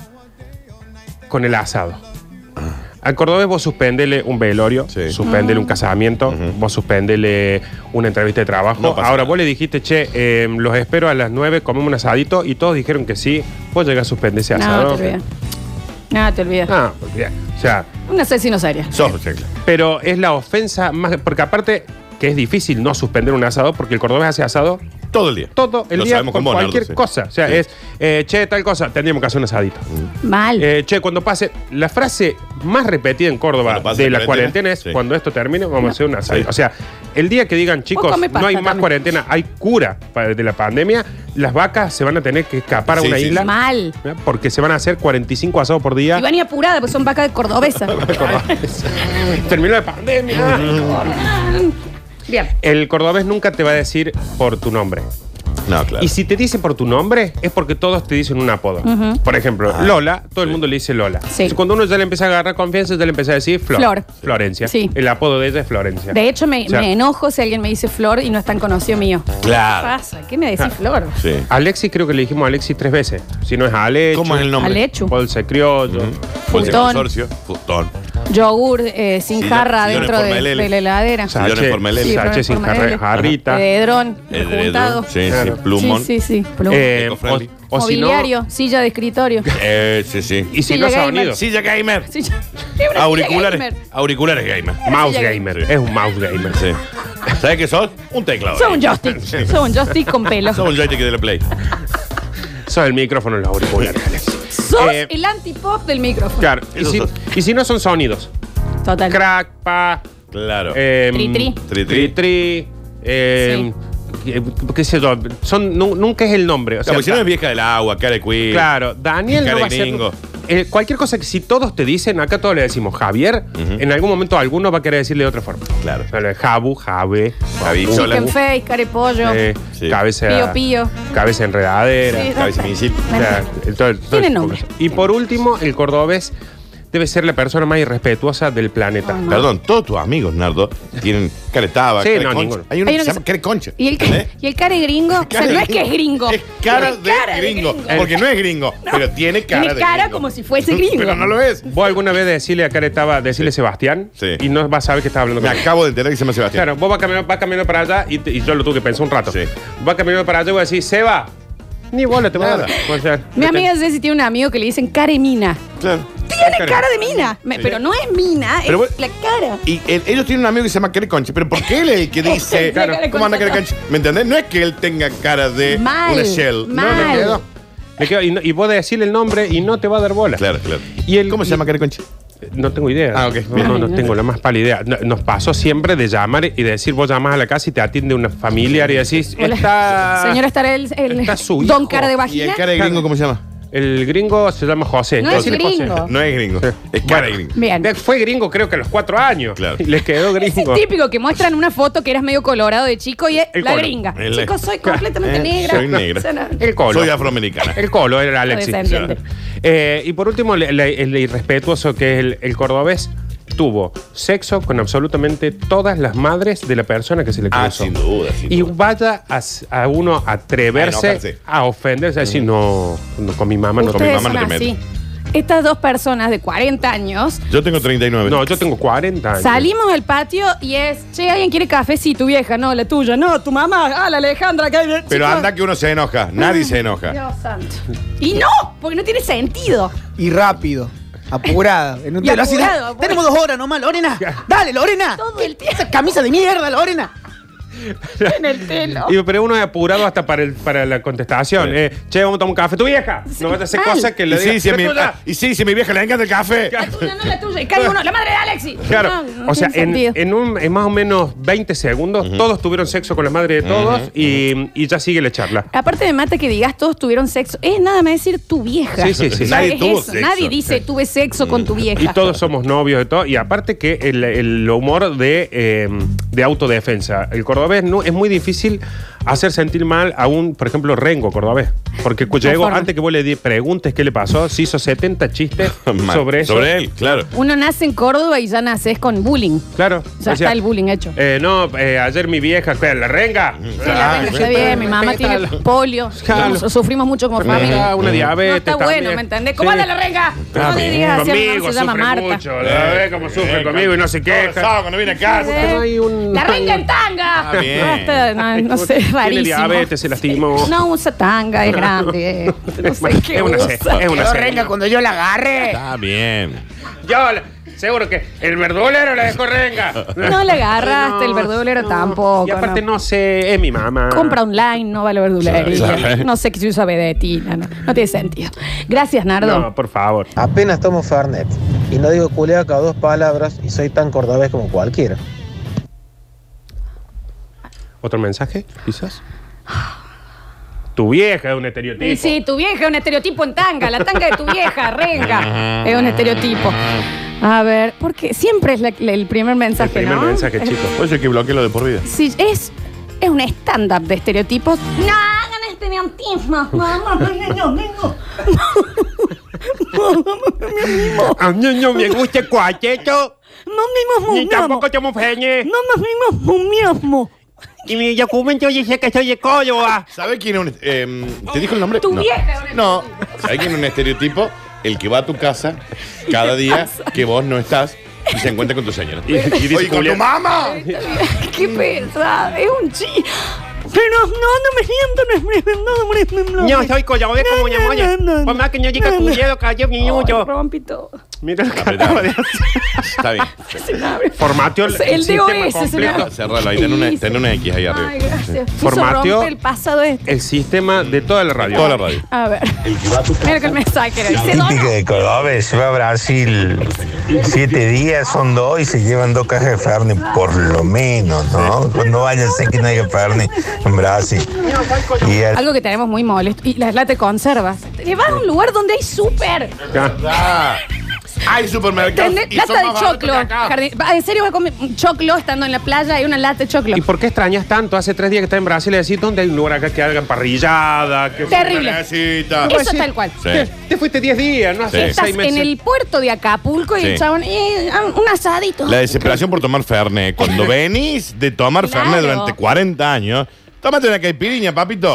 Speaker 2: con el asado. Al cordobés vos suspéndele un velorio,
Speaker 6: Ah. Sí.
Speaker 2: suspéndele
Speaker 4: Ah.
Speaker 2: un casamiento, vos suspéndele una entrevista de trabajo.
Speaker 6: No pasa
Speaker 2: Ahora
Speaker 6: nada.
Speaker 2: vos le dijiste, che, eh, los espero a las 9, comemos un asadito y todos dijeron que sí. Vos llegás a suspender ese asado.
Speaker 4: No, te olvidas. No, te olvidas.
Speaker 2: Ah, bien. O sea,
Speaker 4: Un asesino serio.
Speaker 6: Sos, sí, claro.
Speaker 2: pero es la ofensa más. Porque aparte que es difícil no suspender un asado porque el cordobés hace asado
Speaker 6: Todo el día.
Speaker 2: todo el
Speaker 6: Lo
Speaker 2: día
Speaker 6: sabemos
Speaker 2: con
Speaker 6: con vos, Nardo,
Speaker 2: cualquier
Speaker 6: sí.
Speaker 2: cosa. O sea,
Speaker 6: Sí. Mm.
Speaker 2: es, eh, che, tal cosa, tendríamos que hacer un asadito.
Speaker 4: Mal.
Speaker 2: Eh, che, cuando pase, la frase más repetida en Córdoba
Speaker 6: Cuando pase
Speaker 2: de la
Speaker 6: la
Speaker 2: cuarentena
Speaker 6: cuarentena
Speaker 2: es,
Speaker 6: sí.
Speaker 2: cuando esto termine, vamos a hacer un asadito.
Speaker 6: Sí.
Speaker 2: O sea, el día que digan, chicos,
Speaker 4: comés
Speaker 2: no hay más
Speaker 4: pasta también.
Speaker 2: cuarentena, hay cura pa- de la pandemia, las vacas se van a tener que escapar
Speaker 6: Sí,
Speaker 2: a una
Speaker 6: sí,
Speaker 2: isla.
Speaker 6: sí.
Speaker 4: Mal.
Speaker 2: ¿eh? Porque se van a hacer 45 asados por día.
Speaker 4: Y van y apurada, porque son vacas de cordobesa.
Speaker 2: <laughs> Terminó la
Speaker 6: <laughs>
Speaker 2: pandemia.
Speaker 4: Bien.
Speaker 2: El cordobés nunca te va a decir por tu nombre.
Speaker 6: No, claro.
Speaker 2: Y si te dice por tu nombre, es porque todos te dicen un apodo. Por ejemplo, Lola, todo el mundo le dice Lola.
Speaker 4: Ah. Sí.
Speaker 2: Cuando uno ya le empieza a agarrar confianza, ya le empieza a decir Flor.
Speaker 4: Flor.
Speaker 2: Florencia.
Speaker 4: Sí.
Speaker 2: El apodo de ella es Florencia.
Speaker 4: De hecho, me,
Speaker 2: O sea,
Speaker 4: me enojo si alguien me dice flor y no es tan conocido mío. ¿Qué
Speaker 6: Claro.
Speaker 4: pasa? ¿Qué me decís flor?
Speaker 6: Ah. Sí.
Speaker 2: Alexis, creo que le dijimos Alexis tres veces. Si no es Alex.
Speaker 6: ¿Cómo es el nombre?
Speaker 4: Alechu,
Speaker 2: Polse Criollo.
Speaker 6: Bolsa Pues de
Speaker 4: Futón.
Speaker 6: consorcio. Futón.
Speaker 4: yogur eh, sin
Speaker 6: Sillón-
Speaker 4: jarra
Speaker 6: sillones
Speaker 4: dentro de,
Speaker 6: por Melele.
Speaker 4: de la heladera.
Speaker 6: Sa- Sillones por Melele.
Speaker 4: Sí,
Speaker 2: Sánchez sin
Speaker 4: por Melele.
Speaker 2: jarra- jarrita.
Speaker 4: Edredón, juntado.
Speaker 6: Edredón. Sí, sí.
Speaker 2: Claro.
Speaker 6: Plumón.
Speaker 4: Sí, sí, sí. Plumón.
Speaker 2: Eh,
Speaker 6: Eco-friendly.
Speaker 2: o, o si no.
Speaker 4: Mobiliario, silla de escritorio. <laughs>
Speaker 6: Eh, sí, sí.
Speaker 2: Y si
Speaker 4: Silla
Speaker 2: no es
Speaker 4: gamer.
Speaker 2: sonido.
Speaker 6: Silla gamer.
Speaker 4: Silla- Tiene una
Speaker 6: Auriculares.
Speaker 4: silla gamer.
Speaker 6: Auriculares gamer.
Speaker 2: Mouse
Speaker 4: Silla
Speaker 2: gamer.
Speaker 6: gamer.
Speaker 2: Es un mouse gamer.
Speaker 6: Sí. ¿Sabes qué sos? Un teclado.
Speaker 4: Son un joystick. Son un joystick con pelo.
Speaker 6: Sos un joystick de la Play.
Speaker 2: Sos el micrófono en los auriculares, Alexis.
Speaker 4: Sos
Speaker 2: Eh,
Speaker 4: el antipop del micrófono.
Speaker 2: Claro. Y
Speaker 6: Esos
Speaker 2: si,
Speaker 6: son.
Speaker 2: y si no son sonidos.
Speaker 4: Total.
Speaker 2: Crack, pa.
Speaker 6: Claro.
Speaker 2: Eh,
Speaker 4: Tri-tri.
Speaker 6: Tri-tri.
Speaker 2: Tri-tri, eh, eh, qué sé yo, son, nu- nunca es el nombre. O sea,
Speaker 6: Claro, porque si no es vieja del agua, cara de cuir.
Speaker 2: Claro, Daniel
Speaker 6: Cara
Speaker 2: no
Speaker 6: de
Speaker 2: va a ser-
Speaker 6: gringo.
Speaker 2: eh, cualquier cosa que si todos te dicen, acá todos le decimos Javier, en algún momento alguno va a querer decirle de otra forma.
Speaker 6: Claro.
Speaker 2: O sea, Jabu, Jabe,
Speaker 6: Javi,
Speaker 2: Jabu,
Speaker 6: Chola,
Speaker 4: Chicken face, carepollo.
Speaker 2: eh,
Speaker 6: Sí.
Speaker 2: cabeza,
Speaker 4: Pío, pío.
Speaker 2: cabeza enredadera.
Speaker 4: Sí.
Speaker 6: cabeza de misil.
Speaker 2: O sea, todo- todo
Speaker 4: Tiene
Speaker 2: ese tipo
Speaker 4: nombre.
Speaker 2: de cosas. Y por último, el cordobés debe ser la persona más irrespetuosa del planeta.
Speaker 6: Perdón, todos tus amigos, Nardo, tienen caretaba,
Speaker 2: Sí,
Speaker 6: cara de
Speaker 2: no,
Speaker 6: concha.
Speaker 2: ninguno.
Speaker 6: Hay uno
Speaker 4: Hay
Speaker 6: que
Speaker 4: uno
Speaker 6: se
Speaker 4: que
Speaker 6: llama cara de concha.
Speaker 4: Y <laughs> el,
Speaker 6: ¿Eh?
Speaker 4: y el care gringo, o sea,
Speaker 6: Cara
Speaker 4: no
Speaker 6: de
Speaker 4: es que es gringo.
Speaker 6: Es cara,
Speaker 4: Tiene
Speaker 6: de, gringo, Porque no es gringo, pero tiene cara
Speaker 4: Tiene
Speaker 6: de
Speaker 4: cara
Speaker 6: gringo.
Speaker 4: como si fuese gringo.
Speaker 6: <laughs> pero no lo es.
Speaker 2: Vos alguna vez decirle a Caretaba, decirle Sebastián,
Speaker 6: Sí.
Speaker 2: y no vas a saber que estás hablando
Speaker 6: Me
Speaker 2: con él.
Speaker 6: acabo de enterar que se me Sebastián.
Speaker 2: Claro, vos vas caminando, vas caminando para allá y, te- y yo lo tuve que pensar un rato.
Speaker 6: Sí.
Speaker 2: Vas caminando para allá y voy a decir, Seba, ni bola te voy a dar.
Speaker 6: Nada.
Speaker 2: O sea,
Speaker 4: Mi
Speaker 2: yo te-
Speaker 4: amiga Ceci tiene un amigo que le dicen care mina.
Speaker 6: Claro.
Speaker 4: Tiene cara de mina, Me- pero no es mina,
Speaker 6: Pero
Speaker 4: es
Speaker 6: bueno-
Speaker 4: la cara.
Speaker 6: Y él- ellos tienen un amigo que se llama Care Concha, pero ¿por qué él es
Speaker 4: <laughs>
Speaker 6: el que dice
Speaker 4: Claro. Cara de
Speaker 6: cómo anda
Speaker 4: concha,
Speaker 6: Care Concha? ¿Me entendés? No es que él tenga cara de
Speaker 4: Mal,
Speaker 6: una shell.
Speaker 4: mal.
Speaker 6: No, me quedo.
Speaker 2: Me quedo- y, no- y vos decirle el nombre y no te va a dar bola.
Speaker 6: Claro, claro.
Speaker 2: Y el-
Speaker 6: ¿Cómo se llama Care Concha?
Speaker 2: No tengo idea.
Speaker 6: Ah, ok.
Speaker 2: No, no, no tengo la más pálida idea. No- Nos pasó siempre de llamar y decir, vos llamás a la casa y te atiende una familiar y decís,
Speaker 4: Hola.
Speaker 2: está...
Speaker 4: Señora, estará el, el
Speaker 2: está su
Speaker 4: don
Speaker 2: hijo.
Speaker 4: cara de
Speaker 6: ¿Y el
Speaker 4: vagina.
Speaker 6: cara de gringo cómo se llama?
Speaker 2: El gringo se llama José.
Speaker 4: No es
Speaker 2: Decirle
Speaker 4: gringo.
Speaker 2: José.
Speaker 6: No es gringo. Es cara de gringo.
Speaker 4: Bien.
Speaker 2: De- Fue gringo creo que a los cuatro años.
Speaker 6: Claro.
Speaker 2: Y les quedó
Speaker 4: Es el
Speaker 2: gringo.
Speaker 4: típico que muestran una foto que eras medio colorado de chico y es
Speaker 2: El
Speaker 4: la
Speaker 2: color.
Speaker 4: gringa.
Speaker 6: El-
Speaker 4: Chicos, soy completamente
Speaker 6: <laughs> Eh,
Speaker 4: negra.
Speaker 6: soy negra.
Speaker 4: O sea, no.
Speaker 2: El colo.
Speaker 6: Soy afroamericana.
Speaker 2: El colo era el
Speaker 4: Lo
Speaker 2: Alexis.
Speaker 4: descendiente.
Speaker 2: Eh, y por último, le- le- el, irrespetuoso que es el, el cordobés. tuvo sexo con absolutamente todas las madres de la persona que se le
Speaker 6: Ah,
Speaker 2: cruzó.
Speaker 6: sin duda, sin
Speaker 2: y
Speaker 6: duda.
Speaker 2: vaya a, s- a uno a
Speaker 6: A
Speaker 2: atreverse
Speaker 6: enojarse.
Speaker 2: a ofenderse, a decir, no, no, con mi mamá no con mi
Speaker 6: mi
Speaker 2: mamá.
Speaker 6: mamá
Speaker 4: son
Speaker 6: no te
Speaker 4: así. Estas dos personas de 40 años
Speaker 6: Yo tengo 39.
Speaker 2: No, yo tengo 40 años.
Speaker 4: salimos al patio y es, che, ¿alguien quiere café? Sí, tu vieja, no, la tuya, no, tu mamá, ah, la Alejandra, que hay de-
Speaker 6: Pero
Speaker 4: chicos.
Speaker 6: anda que uno se enoja. Nadie se enoja.
Speaker 4: Dios santo. Y no, porque no tiene
Speaker 2: <laughs>
Speaker 4: sentido.
Speaker 5: Y rápido. Apurada. En un
Speaker 4: Y
Speaker 5: telo así,
Speaker 4: apurado,
Speaker 5: da-
Speaker 4: apurado.
Speaker 5: Tenemos dos horas nomás, Lorena. Dale, Lorena.
Speaker 4: Todo el tiempo.
Speaker 5: Esa camisa de mierda, Lorena.
Speaker 4: En el telo.
Speaker 2: Y- pero uno es apurado hasta para, el- para la contestación.
Speaker 6: Sí.
Speaker 2: Eh, che, vamos a tomar un café. ¡Tu vieja!
Speaker 4: Sí,
Speaker 2: no vas a hacer
Speaker 4: mal.
Speaker 2: cosas que
Speaker 6: Y
Speaker 2: le
Speaker 6: sí,
Speaker 2: digas,
Speaker 6: si a
Speaker 2: "Pero tú
Speaker 6: mi,
Speaker 2: la-
Speaker 6: ah, y sí, si a mi vieja le encanta el café.
Speaker 4: La tuya, no la tuya. Y cae uno, la madre de Alexi.
Speaker 2: Claro,
Speaker 4: No, no
Speaker 2: o sea, en,
Speaker 4: Ah, tiene sentido.
Speaker 2: en un, en más o menos 20 segundos, todos tuvieron sexo con la madre de todos y, y ya sigue la charla.
Speaker 4: Aparte de mata que digas todos tuvieron sexo, es nada más decir tu vieja.
Speaker 2: Sí, sí, sí.
Speaker 4: O sea,
Speaker 6: Nadie
Speaker 4: es
Speaker 6: tuvo
Speaker 4: eso.
Speaker 6: sexo.
Speaker 4: Nadie dice tuve sexo con tu vieja.
Speaker 2: Y todos somos novios de todo. Y aparte que el, el humor de, eh, de autodefensa. El cordobés no, es muy difícil hacer sentir mal a un, por ejemplo, rengo cordobés. Porque cuando llego,
Speaker 4: forma.
Speaker 2: antes que vos le di- preguntes qué le pasó, se hizo 70 chistes
Speaker 6: <laughs> <laughs> Mal.
Speaker 2: sobre eso.
Speaker 6: Sobre él, claro.
Speaker 4: Uno nace en Córdoba y ya naces con bullying.
Speaker 2: Claro.
Speaker 4: O sea, está el bullying hecho.
Speaker 2: eh, no, eh, ayer mi vieja, ¿qué? la renga.
Speaker 4: Sí, la
Speaker 6: Ah,
Speaker 4: verdad está bien, mi mamá tiene polio.
Speaker 2: Claro.
Speaker 4: Nos- Sufrimos mucho como
Speaker 2: Me
Speaker 4: familia.
Speaker 2: da Pues, una diabetes.
Speaker 4: No está bueno,
Speaker 2: también.
Speaker 4: ¿me entendés? ¿Cómo
Speaker 2: Sí.
Speaker 4: anda la renga? No le
Speaker 2: Conmigo,
Speaker 4: digas así, a mi
Speaker 2: conmigo
Speaker 4: mamá se llama
Speaker 2: sufre
Speaker 4: Marta.
Speaker 5: Eh,
Speaker 2: mucho, la ve cómo sufre conmigo y no se
Speaker 6: Todo el
Speaker 2: queja.
Speaker 6: sábado Eh, cuando viene a casa.
Speaker 2: No hay un-
Speaker 4: La renga en
Speaker 2: Ah,
Speaker 4: tanga.
Speaker 6: Está bien.
Speaker 4: Basta, no, no sé, es
Speaker 2: Tiene
Speaker 4: rarísimo.
Speaker 2: diabetes, se lastimó.
Speaker 4: No usa
Speaker 2: <laughs>
Speaker 4: tanga, es grande. eh. No sé qué
Speaker 2: es una
Speaker 4: usa.
Speaker 2: se- es una
Speaker 5: Quedó
Speaker 2: se-
Speaker 5: renga cuando yo la agarre.
Speaker 6: Está bien.
Speaker 2: Yo la- seguro que el verdulero la dejó renga.
Speaker 4: No le agarraste, el verdulero tampoco,
Speaker 2: Y aparte
Speaker 4: no.
Speaker 2: no. sé, es mi mamá.
Speaker 4: Compra online, no va a la verdulería.
Speaker 6: Claro, claro.
Speaker 4: No sé qué se usa vedetina. No, no tiene sentido. Gracias, Nardo.
Speaker 2: No, por favor.
Speaker 8: Apenas tomo Fernet y no digo culiaca o dos palabras y soy tan cordobés como cualquiera.
Speaker 2: ¿Otro mensaje, quizás? Tu vieja es un estereotipo.
Speaker 4: Y sí, tu vieja es un estereotipo en tanga, la tanga de tu vieja, renga, es un estereotipo. A ver, porque siempre es la- la- el primer mensaje,
Speaker 2: El primer
Speaker 4: ¿no?
Speaker 2: mensaje,
Speaker 4: Es- <laughs>
Speaker 2: chicos.
Speaker 6: Oye, que bloqueo de por vida.
Speaker 4: Sí, es, es un stand-up de estereotipos. No hagan estereotismo, mamá, no, no.
Speaker 2: A mí Ah, no me gusta cuacheto,
Speaker 4: No
Speaker 2: ni tampoco tomo feñe.
Speaker 4: nos vimos un mismo.
Speaker 2: Y mi documento dice que soy de Córdoba.
Speaker 6: ¿Sabe quién es un. eh, ¿Te dijo el nombre?
Speaker 4: Tu
Speaker 6: no.
Speaker 4: vieja es un
Speaker 6: No. ¿Sabe quién es un estereotipo? El que va a tu casa cada día que vos no estás y se encuentra con tu señora.
Speaker 2: Y, y dice
Speaker 6: Oye, con tu
Speaker 2: Julián,
Speaker 6: mamá.
Speaker 4: <laughs> Qué pesado, es un chi. Pero no, no me siento, no me siento, no me
Speaker 2: Yo soy cordobés como una moña. Por más que yo diga culero, cayó mi
Speaker 4: Ay,
Speaker 2: niño.
Speaker 4: rompí todo.
Speaker 2: Mira lo que
Speaker 6: Apretá.
Speaker 2: acaba de hacer.
Speaker 6: Está bien.
Speaker 4: Se me abre.
Speaker 2: Formateó el,
Speaker 4: El
Speaker 2: el
Speaker 4: dedo
Speaker 2: sistema
Speaker 4: ese, se me
Speaker 2: completo.
Speaker 4: abre.
Speaker 6: Cerralo ahí, ten una, ten una X ahí arriba.
Speaker 4: Ay, gracias. Quiso
Speaker 2: Formateo.
Speaker 4: romper el pasado este.
Speaker 2: El sistema de toda la radio.
Speaker 6: Toda la radio.
Speaker 4: A ver. Mira que el mensaje era. <laughs> Dice,
Speaker 9: Típica
Speaker 4: "Dono".
Speaker 9: de Cordobés, se va a Brasil. Siete días son dos y se llevan dos cajas de Fernet, por lo menos, ¿no? Cuando vayan, sé que no hay Fernet en Brasil. Y al-
Speaker 4: Algo que tenemos muy molesto. Y las late conservas. Te vas a un lugar donde hay súper.
Speaker 2: Ya.
Speaker 6: Ah, hay supermercados.
Speaker 4: ¿Entendés?
Speaker 6: y son
Speaker 4: Lata de
Speaker 6: más baratos
Speaker 4: choclo.
Speaker 6: que acá.
Speaker 4: Jardín- Va, ¿En serio vas a comer un choclo estando en la playa? Hay una lata de choclo.
Speaker 2: ¿Y por qué extrañas tanto? Hace tres días que estás en Brasil y decís, ¿dónde hay un lugar acá que hagan parrillada? Que
Speaker 4: Terrible.
Speaker 6: Necesita.
Speaker 4: Eso tal cual.
Speaker 2: Te,
Speaker 6: Sí.
Speaker 2: te fuiste 10 días, no hace
Speaker 6: Sí.
Speaker 4: Estás
Speaker 2: seis meses.
Speaker 4: en el puerto de Acapulco y
Speaker 6: Sí.
Speaker 4: el chabón, eh, ah, un asadito.
Speaker 6: La desesperación por tomar Fernet.
Speaker 4: <laughs>
Speaker 6: Cuando venís de tomar
Speaker 4: Claro.
Speaker 6: Fernet durante 40 años, tómate una caipiriña, papito.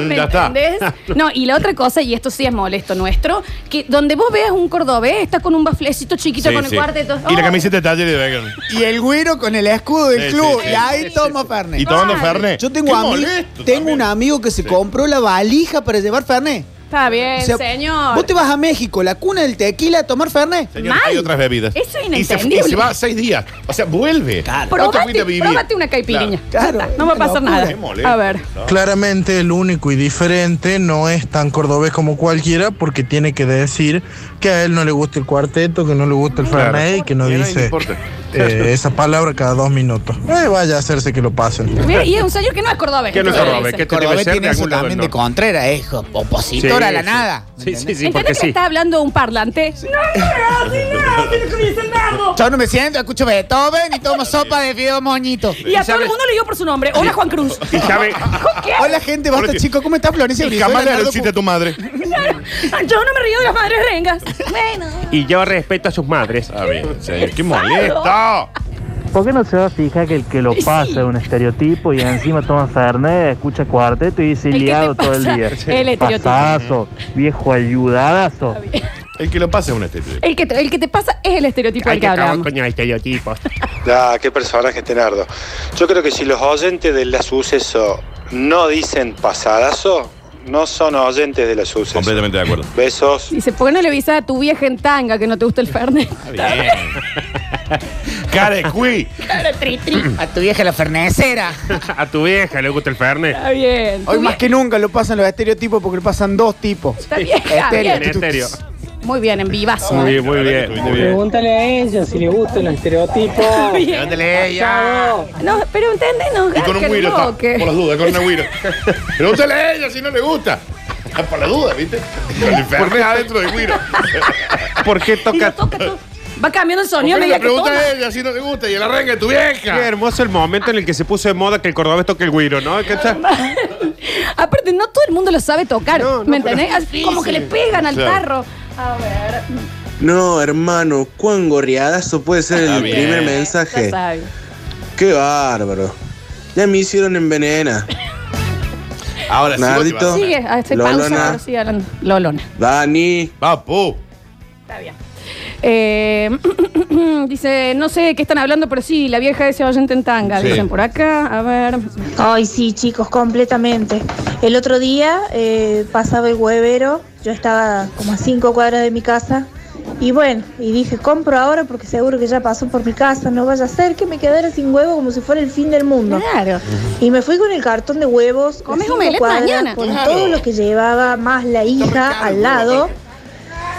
Speaker 4: <laughs> ¿Me
Speaker 6: Ya está. <laughs>
Speaker 4: entendés? No, y la otra cosa, y esto sí es molesto nuestro, que donde vos veas un cordobés está con un baflecito chiquito
Speaker 6: Sí,
Speaker 4: con
Speaker 6: sí.
Speaker 4: el cuarteto.
Speaker 6: Y la
Speaker 4: Oh,
Speaker 6: camiseta de taller de vegan.
Speaker 5: Y el güero con el escudo del
Speaker 6: Sí,
Speaker 5: club.
Speaker 6: sí, sí,
Speaker 5: y ahí toma Fernet.
Speaker 6: Y tomando
Speaker 4: Ay.
Speaker 6: Fernet.
Speaker 5: Yo
Speaker 6: Qué
Speaker 5: tengo, ami-
Speaker 6: molesto
Speaker 5: tengo
Speaker 6: también.
Speaker 5: un amigo que se compró la valija para llevar Fernet.
Speaker 4: Está bien,
Speaker 5: O sea,
Speaker 4: señor.
Speaker 5: Vos te vas a México, la cuna del tequila, a tomar Fernet.
Speaker 6: Señor,
Speaker 4: Mal.
Speaker 6: hay otras bebidas.
Speaker 4: Eso es
Speaker 6: Y se- Y se,
Speaker 4: inentendible.
Speaker 6: va seis días. O sea, vuelve.
Speaker 5: Claro.
Speaker 6: No te fuiste
Speaker 4: Probate,
Speaker 6: a vivir.
Speaker 4: probate una caipirinha.
Speaker 6: Claro.
Speaker 5: Claro,
Speaker 4: Ya está, no va a
Speaker 5: una
Speaker 4: pasar
Speaker 5: locura.
Speaker 4: nada.
Speaker 6: Qué molesto.
Speaker 4: A ver.
Speaker 10: Claramente el único y diferente no es tan cordobés como cualquiera porque tiene que decir que a él no le gusta el cuarteto, que no le gusta el Fernet y que no
Speaker 6: Ya no
Speaker 10: dice
Speaker 6: importa.
Speaker 10: eh, esa palabra cada dos minutos. Eh, vaya a hacerse que lo pasen.
Speaker 4: Mira, y es un señor que no es cordobés.
Speaker 2: Que no es
Speaker 4: entonces,
Speaker 2: cordobés,
Speaker 4: dice.
Speaker 2: que debe
Speaker 5: Cordobés
Speaker 2: ser
Speaker 5: tiene
Speaker 2: Este de
Speaker 5: eso
Speaker 2: algún lado
Speaker 5: también
Speaker 2: del
Speaker 5: de
Speaker 2: norte.
Speaker 5: Contreras, es opositor a la nada. ¿me
Speaker 2: Sí, sí,
Speaker 5: entendés?
Speaker 2: sí, porque
Speaker 4: ¿Entendés que
Speaker 2: sí.
Speaker 4: está hablando un parlante? No, no, no, no, no, dice el nardo.
Speaker 5: Yo no me siento, escucho Beethoven y tomo sopa de fideo moñito.
Speaker 4: Y a todo el mundo le dio por su nombre. Hola, Juan Cruz.
Speaker 2: Y sabe,
Speaker 4: ¿Qué?
Speaker 5: Hola gente,
Speaker 4: <laughs>
Speaker 5: basta
Speaker 6: Hola,
Speaker 5: chico, ¿cómo estás Florencia
Speaker 6: Y
Speaker 5: Brizuela?
Speaker 6: jamás le
Speaker 5: Nardo
Speaker 6: aluciste a tu madre.
Speaker 4: Yo, yo no me río de las madres rengas. Bueno.
Speaker 2: Y yo respeto a sus madres. A
Speaker 4: <laughs>
Speaker 2: ver,
Speaker 6: ¡Qué molesto!
Speaker 11: ¿Por qué no se va a fijar que el que lo pasa es un estereotipo y encima toma Fernet, escucha cuarteto y dice
Speaker 4: ¿El qué te
Speaker 11: liado todo el
Speaker 4: pasa?
Speaker 11: día?
Speaker 4: El estereotipo.
Speaker 11: Pasazo, viejo ayudadazo.
Speaker 6: El que lo pasa es un estereotipo.
Speaker 4: El que, te, el que te pasa es el estereotipo del que hablamos.
Speaker 2: coño, estereotipos. <laughs>
Speaker 12: Ah, qué personaje este nardo. Yo creo que si los oyentes de la suceso no dicen pasadazo, no son oyentes de la suceso.
Speaker 6: Completamente de acuerdo.
Speaker 12: Besos.
Speaker 4: Dice, ¿por qué no le avisas a tu vieja en tanga que no te gusta el Fernet? <laughs>
Speaker 6: Cara de cuy.
Speaker 4: Claro, tri, tri.
Speaker 2: A tu vieja la fernecera. a tu vieja le gusta el fernet.
Speaker 4: Está bien.
Speaker 13: Hoy más que nunca lo pasan los estereotipos porque lo pasan dos tipos.
Speaker 4: Está bien, está
Speaker 13: Estéreo.
Speaker 4: bien. Muy bien, en vivazo.
Speaker 2: Muy
Speaker 4: ¿eh?
Speaker 2: bien, muy bien. Muy bien.
Speaker 14: Pregúntale a ella si le gustan los estereotipos.
Speaker 4: Bien. No, pero entendemos.
Speaker 6: Y con un güiro, está, por las dudas, con una
Speaker 4: <laughs>
Speaker 6: güiro. Pregúntale a ella si no le gusta. Ah, Por las dudas, ¿viste? Con el fernet adentro del güiro.
Speaker 2: <laughs> ¿Por qué toca?
Speaker 4: Va cambiando el sonido a
Speaker 6: Pero
Speaker 4: medida que
Speaker 6: le pregunta
Speaker 4: toma.
Speaker 6: a ella si no le gusta y el arranque de tu vieja.
Speaker 2: Qué hermoso el momento en el que se puso de moda que el cordobés toque el güiro, ¿no? ¿Qué está?
Speaker 4: <laughs> Aparte, no todo el mundo lo sabe tocar. ¿Me entendés? Así Como que le pegan al
Speaker 15: Claro.
Speaker 4: tarro. A ver.
Speaker 15: No, hermano, cuán gorriadazo puede ser
Speaker 4: Está
Speaker 15: el
Speaker 4: bien.
Speaker 15: primer
Speaker 4: Ya
Speaker 15: mensaje.
Speaker 4: sabe.
Speaker 15: Qué bárbaro. Ya me hicieron envenena.
Speaker 6: Ahora
Speaker 15: sí, vos te vas.
Speaker 4: Sigue, hace pausa,
Speaker 15: Lolona.
Speaker 4: pero sigue hablando. Lolona.
Speaker 15: Dani.
Speaker 6: Papu.
Speaker 4: Eh, <laughs> dice, no sé de qué están hablando, pero sí, la vieja de oyente en tanga.
Speaker 16: Sí.
Speaker 4: Dicen por acá, a ver.
Speaker 16: Ay, sí, chicos, completamente. El otro día eh, pasaba el huevero, yo estaba como a cinco cuadras de mi casa, y bueno, y dije, compro ahora porque seguro que ya pasó por mi casa, no vaya a ser que me quedara sin huevo como si fuera el fin del mundo.
Speaker 4: Claro.
Speaker 16: Y me fui con el cartón de huevos,
Speaker 4: Comés
Speaker 16: cinco
Speaker 4: omelette mañana.
Speaker 16: con
Speaker 4: Claro.
Speaker 16: todo lo que llevaba, más la hija al lado,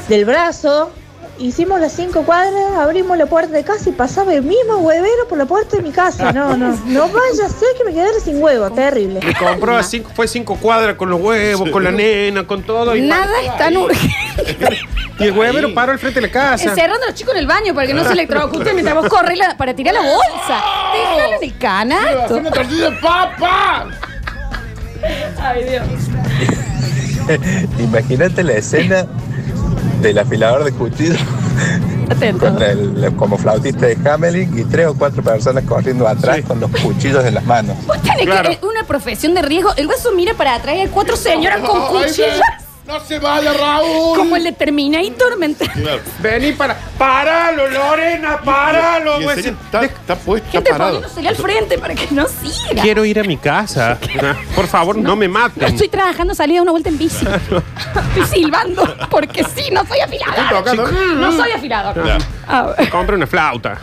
Speaker 16: del brazo. Hicimos las cinco cuadras, abrimos la puerta de casa y pasaba el mismo huevero por la puerta de mi casa. No, no, no vaya a ser que me quedara sin huevo,
Speaker 2: <laughs>
Speaker 16: terrible.
Speaker 2: Le compró a cinco, fue cinco cuadras con los huevos, con la nena, con todo. Y
Speaker 4: Nada es tan urgente.
Speaker 2: Y el huevero paró al frente de la casa.
Speaker 4: Encerrando a los chicos en el baño para que no se electrocuten mientras vos corres la- para tirar la bolsa. Déjalo en el canasto.
Speaker 17: ¡Una tortilla de papa!
Speaker 4: Ay, Dios.
Speaker 9: Imagínate la escena del afilador de <laughs> cuchillos con el- la- como flautista de Hamelin y tres o cuatro personas corriendo atrás con los cuchillos en las manos.
Speaker 4: Vos tenés
Speaker 9: Claro.
Speaker 4: que, es una profesión de riesgo. El vaso mira para atrás y hay cuatro señoras con
Speaker 17: Ay,
Speaker 6: <laughs>
Speaker 4: cuchillas.
Speaker 17: ¡No se vaya, Raúl!
Speaker 4: Como el de Terminator, ¿me entendés?
Speaker 2: Vení para. ¡Páralo, Lorena! ¡Páralo!
Speaker 6: Y en
Speaker 2: güey!
Speaker 6: serio, está, está puesto,
Speaker 4: ¿Qué
Speaker 6: está
Speaker 4: te
Speaker 6: parado.
Speaker 4: poniéndosele al frente para que no siga?
Speaker 2: Quiero ir a mi
Speaker 6: <laughs>
Speaker 2: casa. Por favor, no, me
Speaker 4: No
Speaker 2: maten.
Speaker 4: estoy trabajando, salí a una vuelta en bici. Estoy silbando porque sí, no soy
Speaker 2: Estoy
Speaker 4: afilador.
Speaker 2: tocando.
Speaker 4: Chicos, No soy afilador.
Speaker 2: Compra una flauta.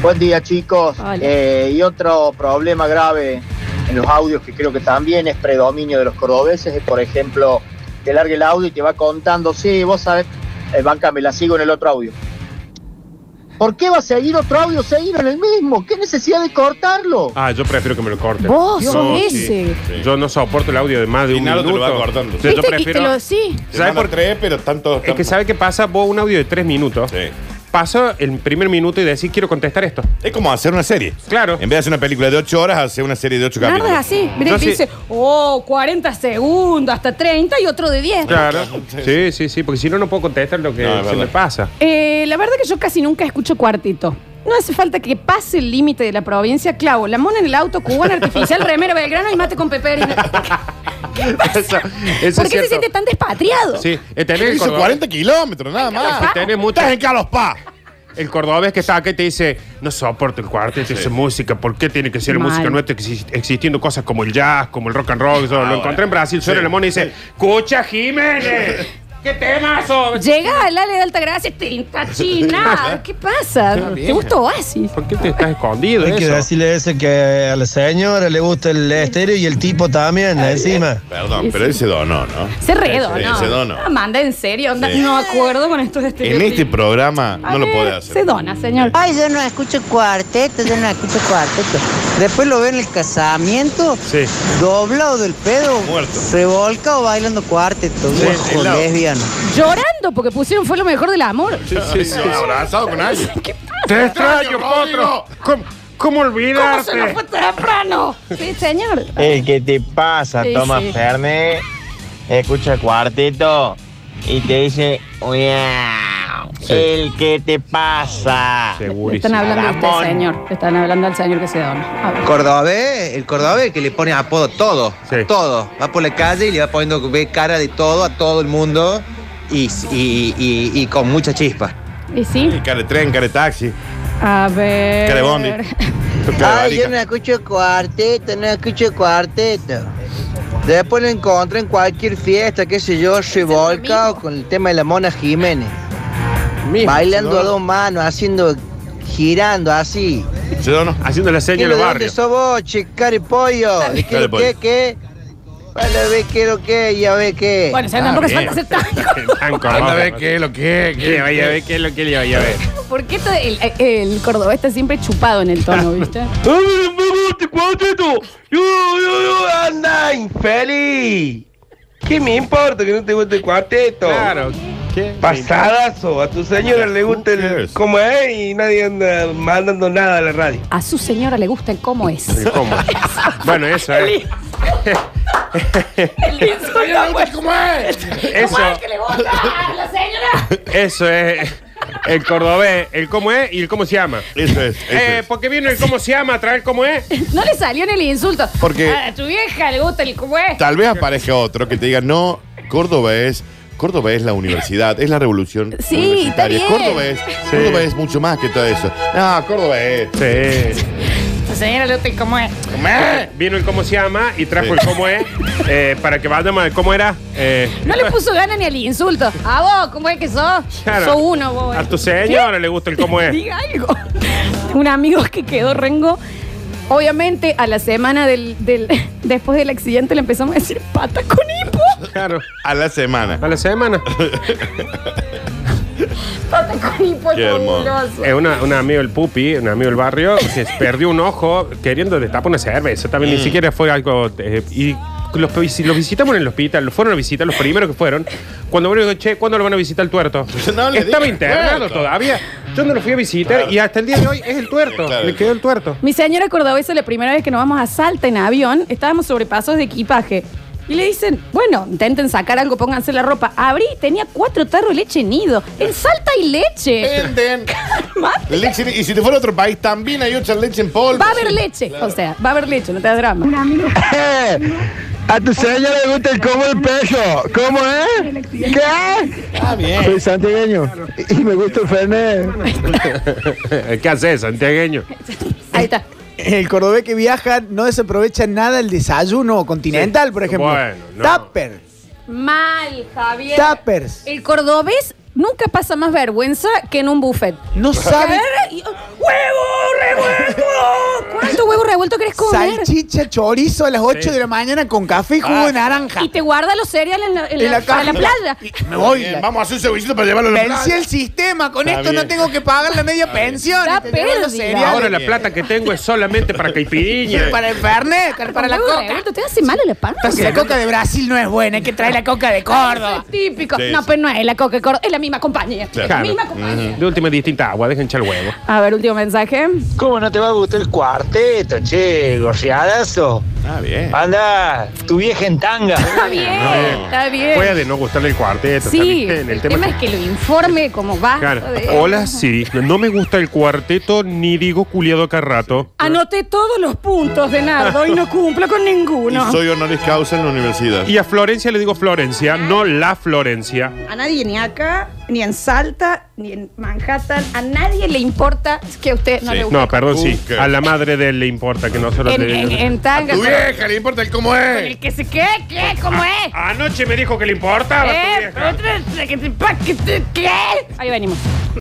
Speaker 5: Buen día chicos.
Speaker 4: Hola.
Speaker 5: Eh, y otro problema grave en los audios que creo que también es predominio de los cordobeses es, por ejemplo, te larga el audio y te va contando, sí, vos sabes, eh, bancame, la sigo en el otro audio. ¿Por qué va a seguir otro audio seguido en el mismo? ¿Qué necesidad de cortarlo?
Speaker 2: Ah, yo prefiero que me lo corten.
Speaker 5: Vos
Speaker 2: No,
Speaker 5: sos
Speaker 2: sí.
Speaker 5: ese.
Speaker 2: Sí. Yo no soporto el audio de más de un
Speaker 6: Nardo
Speaker 2: minuto.
Speaker 6: te lo va cortando.
Speaker 2: Sí, Yo
Speaker 4: ¿Viste que te
Speaker 2: prefiero.
Speaker 4: lo- sí.
Speaker 2: ¿Sabes por
Speaker 6: tres, pero están todos.
Speaker 2: Es que sabe qué pasa, vos un audio de tres minutos. Pasa el primer minuto y decís, quiero contestar esto.
Speaker 6: Es como hacer una serie.
Speaker 2: Claro.
Speaker 6: En vez de hacer una película de 8 horas, hacer una serie de 8
Speaker 4: Nada
Speaker 6: capítulos.
Speaker 4: es así. Mira,
Speaker 6: Yo sí-
Speaker 4: dice, oh, 40 segundos, hasta 30 y otro de 10.
Speaker 2: Claro. Sí, sí, sí, porque si no, no puedo contestar lo que
Speaker 6: No, es
Speaker 2: se me
Speaker 6: verdad.
Speaker 2: pasa.
Speaker 4: Eh, la verdad que yo casi nunca escucho cuartito. No hace falta que pase el límite de la provincia. Clavo, la mona en el auto, cubana artificial, remera Belgrano y mate con
Speaker 6: <laughs>
Speaker 4: peperina.
Speaker 2: <laughs> Eso, eso
Speaker 4: ¿Por
Speaker 2: es
Speaker 4: qué se
Speaker 2: cierto.
Speaker 4: siente tan despatriado?
Speaker 2: Sí, eh, tenés el
Speaker 6: Hizo
Speaker 2: cordobés-
Speaker 6: 40 kilómetros, nada más.
Speaker 2: Que tenés mucho. Estás en Carlos Paz. El cordobés que está acá y te dice, no soporto el cuarteto, dice música, ¿por qué tiene que ser
Speaker 6: Mal.
Speaker 2: música nuestra exi- existiendo cosas como el jazz, como el rock and roll?
Speaker 6: Ah,
Speaker 2: Yo lo encontré en Brasil, suena la mona y dice, ¡Cucha Jiménez! ¡Qué temazo!
Speaker 4: Llega al Ale de Altagracia, tinta
Speaker 6: <laughs>
Speaker 4: china. ¿Qué pasa? ¿Te gusta Oasis?
Speaker 2: ¿Por qué te estás escondido?
Speaker 18: Hay que
Speaker 2: eso?
Speaker 18: decirle ese que a la señora le gusta el estéreo y el tipo también, encima.
Speaker 6: Perdón, pero él se donó, ¿no?
Speaker 4: Se redo,
Speaker 6: Sí,
Speaker 4: ¿no?
Speaker 6: Se donó.
Speaker 4: Amanda, en serio, onda,
Speaker 6: Sí.
Speaker 4: no acuerdo con esto de este.
Speaker 6: En este programa no lo podés hacer.
Speaker 4: Se dona, señor.
Speaker 19: Ay, yo no escucho cuarteto, yo no escucho cuarteto. Después lo ven en el casamiento, doblado del pedo, revolcado bailando cuarteto, viejo
Speaker 4: helado.
Speaker 19: lesbiano.
Speaker 4: Llorando porque pusieron fue lo mejor del amor.
Speaker 6: Sí, sí, abrazado con alguien.
Speaker 2: ¡Te extraño, potro! ¿Cómo, cómo
Speaker 4: ¿Cómo se nos
Speaker 2: olvidarte?
Speaker 4: fue temprano? Sí, señor.
Speaker 20: El que te pasa,
Speaker 4: Sí,
Speaker 20: toma
Speaker 4: sí.
Speaker 20: Fernet.
Speaker 12: escucha cuarteto y te dice, "Miau, el que te pasa.
Speaker 4: Le Están hablando a
Speaker 12: Ramón.
Speaker 4: este señor. Le Están hablando al señor que se dona. A ver.
Speaker 21: Cordobés, el cordobés que le pone apodo a todo, a todo. Va por la calle y le va poniendo ve cara de todo a todo el mundo y, y- y- y con mucha chispa.
Speaker 4: Y sí.
Speaker 6: Cara de tren, cara de taxi.
Speaker 4: A ver.
Speaker 6: Cara de bondi. Cara de
Speaker 9: Ay, yo no
Speaker 6: varica.
Speaker 9: escucho cuarteto, no escucho cuarteto. Después lo encontré en cualquier fiesta, qué sé yo, revolca o con el tema de la Mona Jiménez. Bailando
Speaker 6: ¿no?
Speaker 9: a dos manos, haciendo, girando así.
Speaker 2: Haciendo la seña
Speaker 9: ¿Qué
Speaker 2: del
Speaker 9: lo de
Speaker 2: barrio.
Speaker 9: dónde sos vos, che, carepollo? ¿Qué,
Speaker 2: Cara de pollo.
Speaker 9: qué, qué? Vale, ve qué, lo que, ya ve qué.
Speaker 4: <laughs> Bueno, se
Speaker 2: Ah,
Speaker 4: tampoco se
Speaker 2: bien.
Speaker 4: falta hacer tanto.
Speaker 2: Tan cómodo.
Speaker 6: Anda a ver qué, lo que,
Speaker 2: Que vaya a ver qué es lo que le vaya a ver.
Speaker 4: ¿Por qué todo el, eh, el cordobés está siempre chupado en el tono, viste?
Speaker 22: Yo, yo, yo, anda, infeliz. ¿Qué me importa que no te guste el cuarteto?
Speaker 2: Claro. ¿Qué?
Speaker 22: Pasadazo, a tu señora le gusta el cómo es y nadie anda mandando nada a la radio.
Speaker 4: A su señora le gusta el cómo es.
Speaker 2: ¿Cómo? bueno, eso es.
Speaker 23: ¿Cómo es?
Speaker 2: Pues, Eso.
Speaker 23: ¿Cómo es que le gusta
Speaker 4: ¡ah,
Speaker 23: a la señora?
Speaker 2: Eso es. El cordobés, el cómo es y el cómo se llama.
Speaker 6: Eso es. eso
Speaker 2: eh,
Speaker 6: es.
Speaker 2: porque vino el cómo se llama a traer cómo es.
Speaker 4: No le salió en el insulto.
Speaker 6: Porque-
Speaker 4: A tu vieja le gusta el cómo es.
Speaker 6: Tal vez aparezca otro que te diga, no, Córdoba es. Córdoba es la universidad, es la revolución
Speaker 4: Sí,
Speaker 6: universitaria.
Speaker 4: está bien.
Speaker 6: Córdoba es, Córdoba es mucho más que todo eso. No, Córdoba es.
Speaker 2: Sí.
Speaker 4: Tu señora le gusta el cómo es.
Speaker 2: Vino el cómo se llama y trajo
Speaker 6: Sí.
Speaker 2: el cómo es eh, para que vayamos de cómo era. eh,
Speaker 4: No le puso gana ni al insulto. A vos, ¿cómo es que sos?
Speaker 2: Claro.
Speaker 4: Sos uno, vos. eh.
Speaker 2: a tu señora le gusta el cómo es.
Speaker 4: Diga algo. Un amigo que quedó rengo. Obviamente, a la semana del, del- <laughs> después del accidente le empezamos a decir pata con hipo.
Speaker 2: Claro.
Speaker 6: A la semana.
Speaker 2: A la semana.
Speaker 4: Pata con hipo es
Speaker 2: Qué hermoso.
Speaker 4: fabuloso.
Speaker 2: Eh, una- un amigo del Pupi, un amigo del barrio, que perdió un ojo queriendo destapar una cerveza. También ni
Speaker 6: Mm.
Speaker 2: siquiera fue algo. eh, y los, vi- los visitamos en el hospital, los fueron a visitar, los primeros que fueron. Cuando me dijo, che, ¿cuándo lo van a visitar el tuerto?
Speaker 6: <laughs> No le
Speaker 2: Estaba
Speaker 6: digas,
Speaker 2: internado
Speaker 6: tuerto.
Speaker 2: todavía. Yo no lo fui a visitar y hasta el día de hoy es el tuerto.
Speaker 6: Claro.
Speaker 2: Le quedó el tuerto.
Speaker 4: Mi señora cordobesa, la primera vez que nos vamos a Salta en avión, estábamos sobre pasos de equipaje. Y le dicen, bueno, intenten sacar algo, pónganse la ropa. Abrí, tenía cuatro tarros de leche nido. En Salta hay <laughs> leche.
Speaker 6: Venden. Leche- y si te fuera a otro país, también hay otra leche en polvo.
Speaker 4: Va a haber leche. O sea, va a haber leche, no te da drama.
Speaker 24: A tu señora le gusta el como el peso. ¿Cómo es? ¿Qué?
Speaker 6: Ah, bien.
Speaker 24: Soy santiagueño y me gusta el Fernet.
Speaker 2: <laughs> ¿Qué haces, santiagueño?
Speaker 4: Ahí está.
Speaker 5: El cordobés que viaja no desaprovecha nada el desayuno continental, por ejemplo.
Speaker 2: Bueno, no.
Speaker 5: Tupper.
Speaker 4: Mal, Javier.
Speaker 5: Tuppers.
Speaker 4: El cordobés nunca pasa más vergüenza que en un buffet.
Speaker 5: No sabe-
Speaker 4: Agarra y- ¡Huevo revuelto! ¿Cuánto huevo revuelto querés comer?
Speaker 5: Salchicha, chorizo a las 8
Speaker 2: Sí.
Speaker 5: de la mañana con café y jugo
Speaker 6: Ah.
Speaker 5: de naranja.
Speaker 4: Y te guarda los cereales en la, en
Speaker 5: En
Speaker 4: la-
Speaker 5: la caja.
Speaker 4: a la playa.
Speaker 6: Me voy. vamos a hacer un cevichito para llevarlo a la
Speaker 5: Vencí
Speaker 6: playa.
Speaker 5: el sistema, con
Speaker 6: Está
Speaker 5: esto
Speaker 6: bien.
Speaker 5: no tengo que pagar la media pensión.
Speaker 4: Está
Speaker 5: Y te llevan los
Speaker 4: pérdida.
Speaker 5: cereales.
Speaker 2: Ahora la plata que tengo es solamente para caipirinha.
Speaker 5: Para el Fernet, para la
Speaker 4: Huevo
Speaker 5: coca.
Speaker 4: revuelto, ¿Te hace mal la panza?
Speaker 5: Porque la coca de Brasil no es buena, hay que traer la coca de Córdoba.
Speaker 4: Es típico.
Speaker 2: Sí,
Speaker 4: No,
Speaker 2: sí.
Speaker 4: pues no es la coca de Córdoba, es la misma compañía. La
Speaker 2: Claro.
Speaker 4: misma compañía.
Speaker 2: Ujú. De última es distinta agua, dejen echar el huevo.
Speaker 4: A ver, último mensaje.
Speaker 22: ¿Cómo no te va a gustar el cuarteto, che, gorriadazo?
Speaker 6: Ah, bien.
Speaker 22: Anda, tu vieja en tanga.
Speaker 4: Está bien,
Speaker 2: No.
Speaker 4: está bien.
Speaker 2: Eh, Puede no gustarle el cuarteto.
Speaker 4: Sí,
Speaker 2: está bien.
Speaker 4: el, tema es que lo informe como va.
Speaker 2: Claro. Hola Siri, no me gusta el cuarteto ni digo culiado acá rato.
Speaker 4: Anoté todos los puntos de Nardo y no cumplo con ninguno.
Speaker 6: Y soy honoris causa en la universidad.
Speaker 2: Y a Florencia le digo Florencia, no la Florencia.
Speaker 4: A nadie ni acá, ni en Salta, ni en Manhattan, a nadie le importa que a usted no
Speaker 2: Sí.
Speaker 4: le guste.
Speaker 2: No, perdón, sí.
Speaker 6: Busca.
Speaker 2: A la madre de él le importa que nosotros
Speaker 4: en,
Speaker 2: le
Speaker 4: en, en tanga.
Speaker 6: Tu
Speaker 4: con-
Speaker 6: vieja, le importa el cómo
Speaker 4: con
Speaker 6: es.
Speaker 4: el que se quede, ¿qué? ¿Cómo es?
Speaker 2: Anoche me dijo que le importaba. Ah, tu
Speaker 4: Eh,
Speaker 2: vieja.
Speaker 4: otra- que te- pa- que te- ¿Qué? Ahí venimos.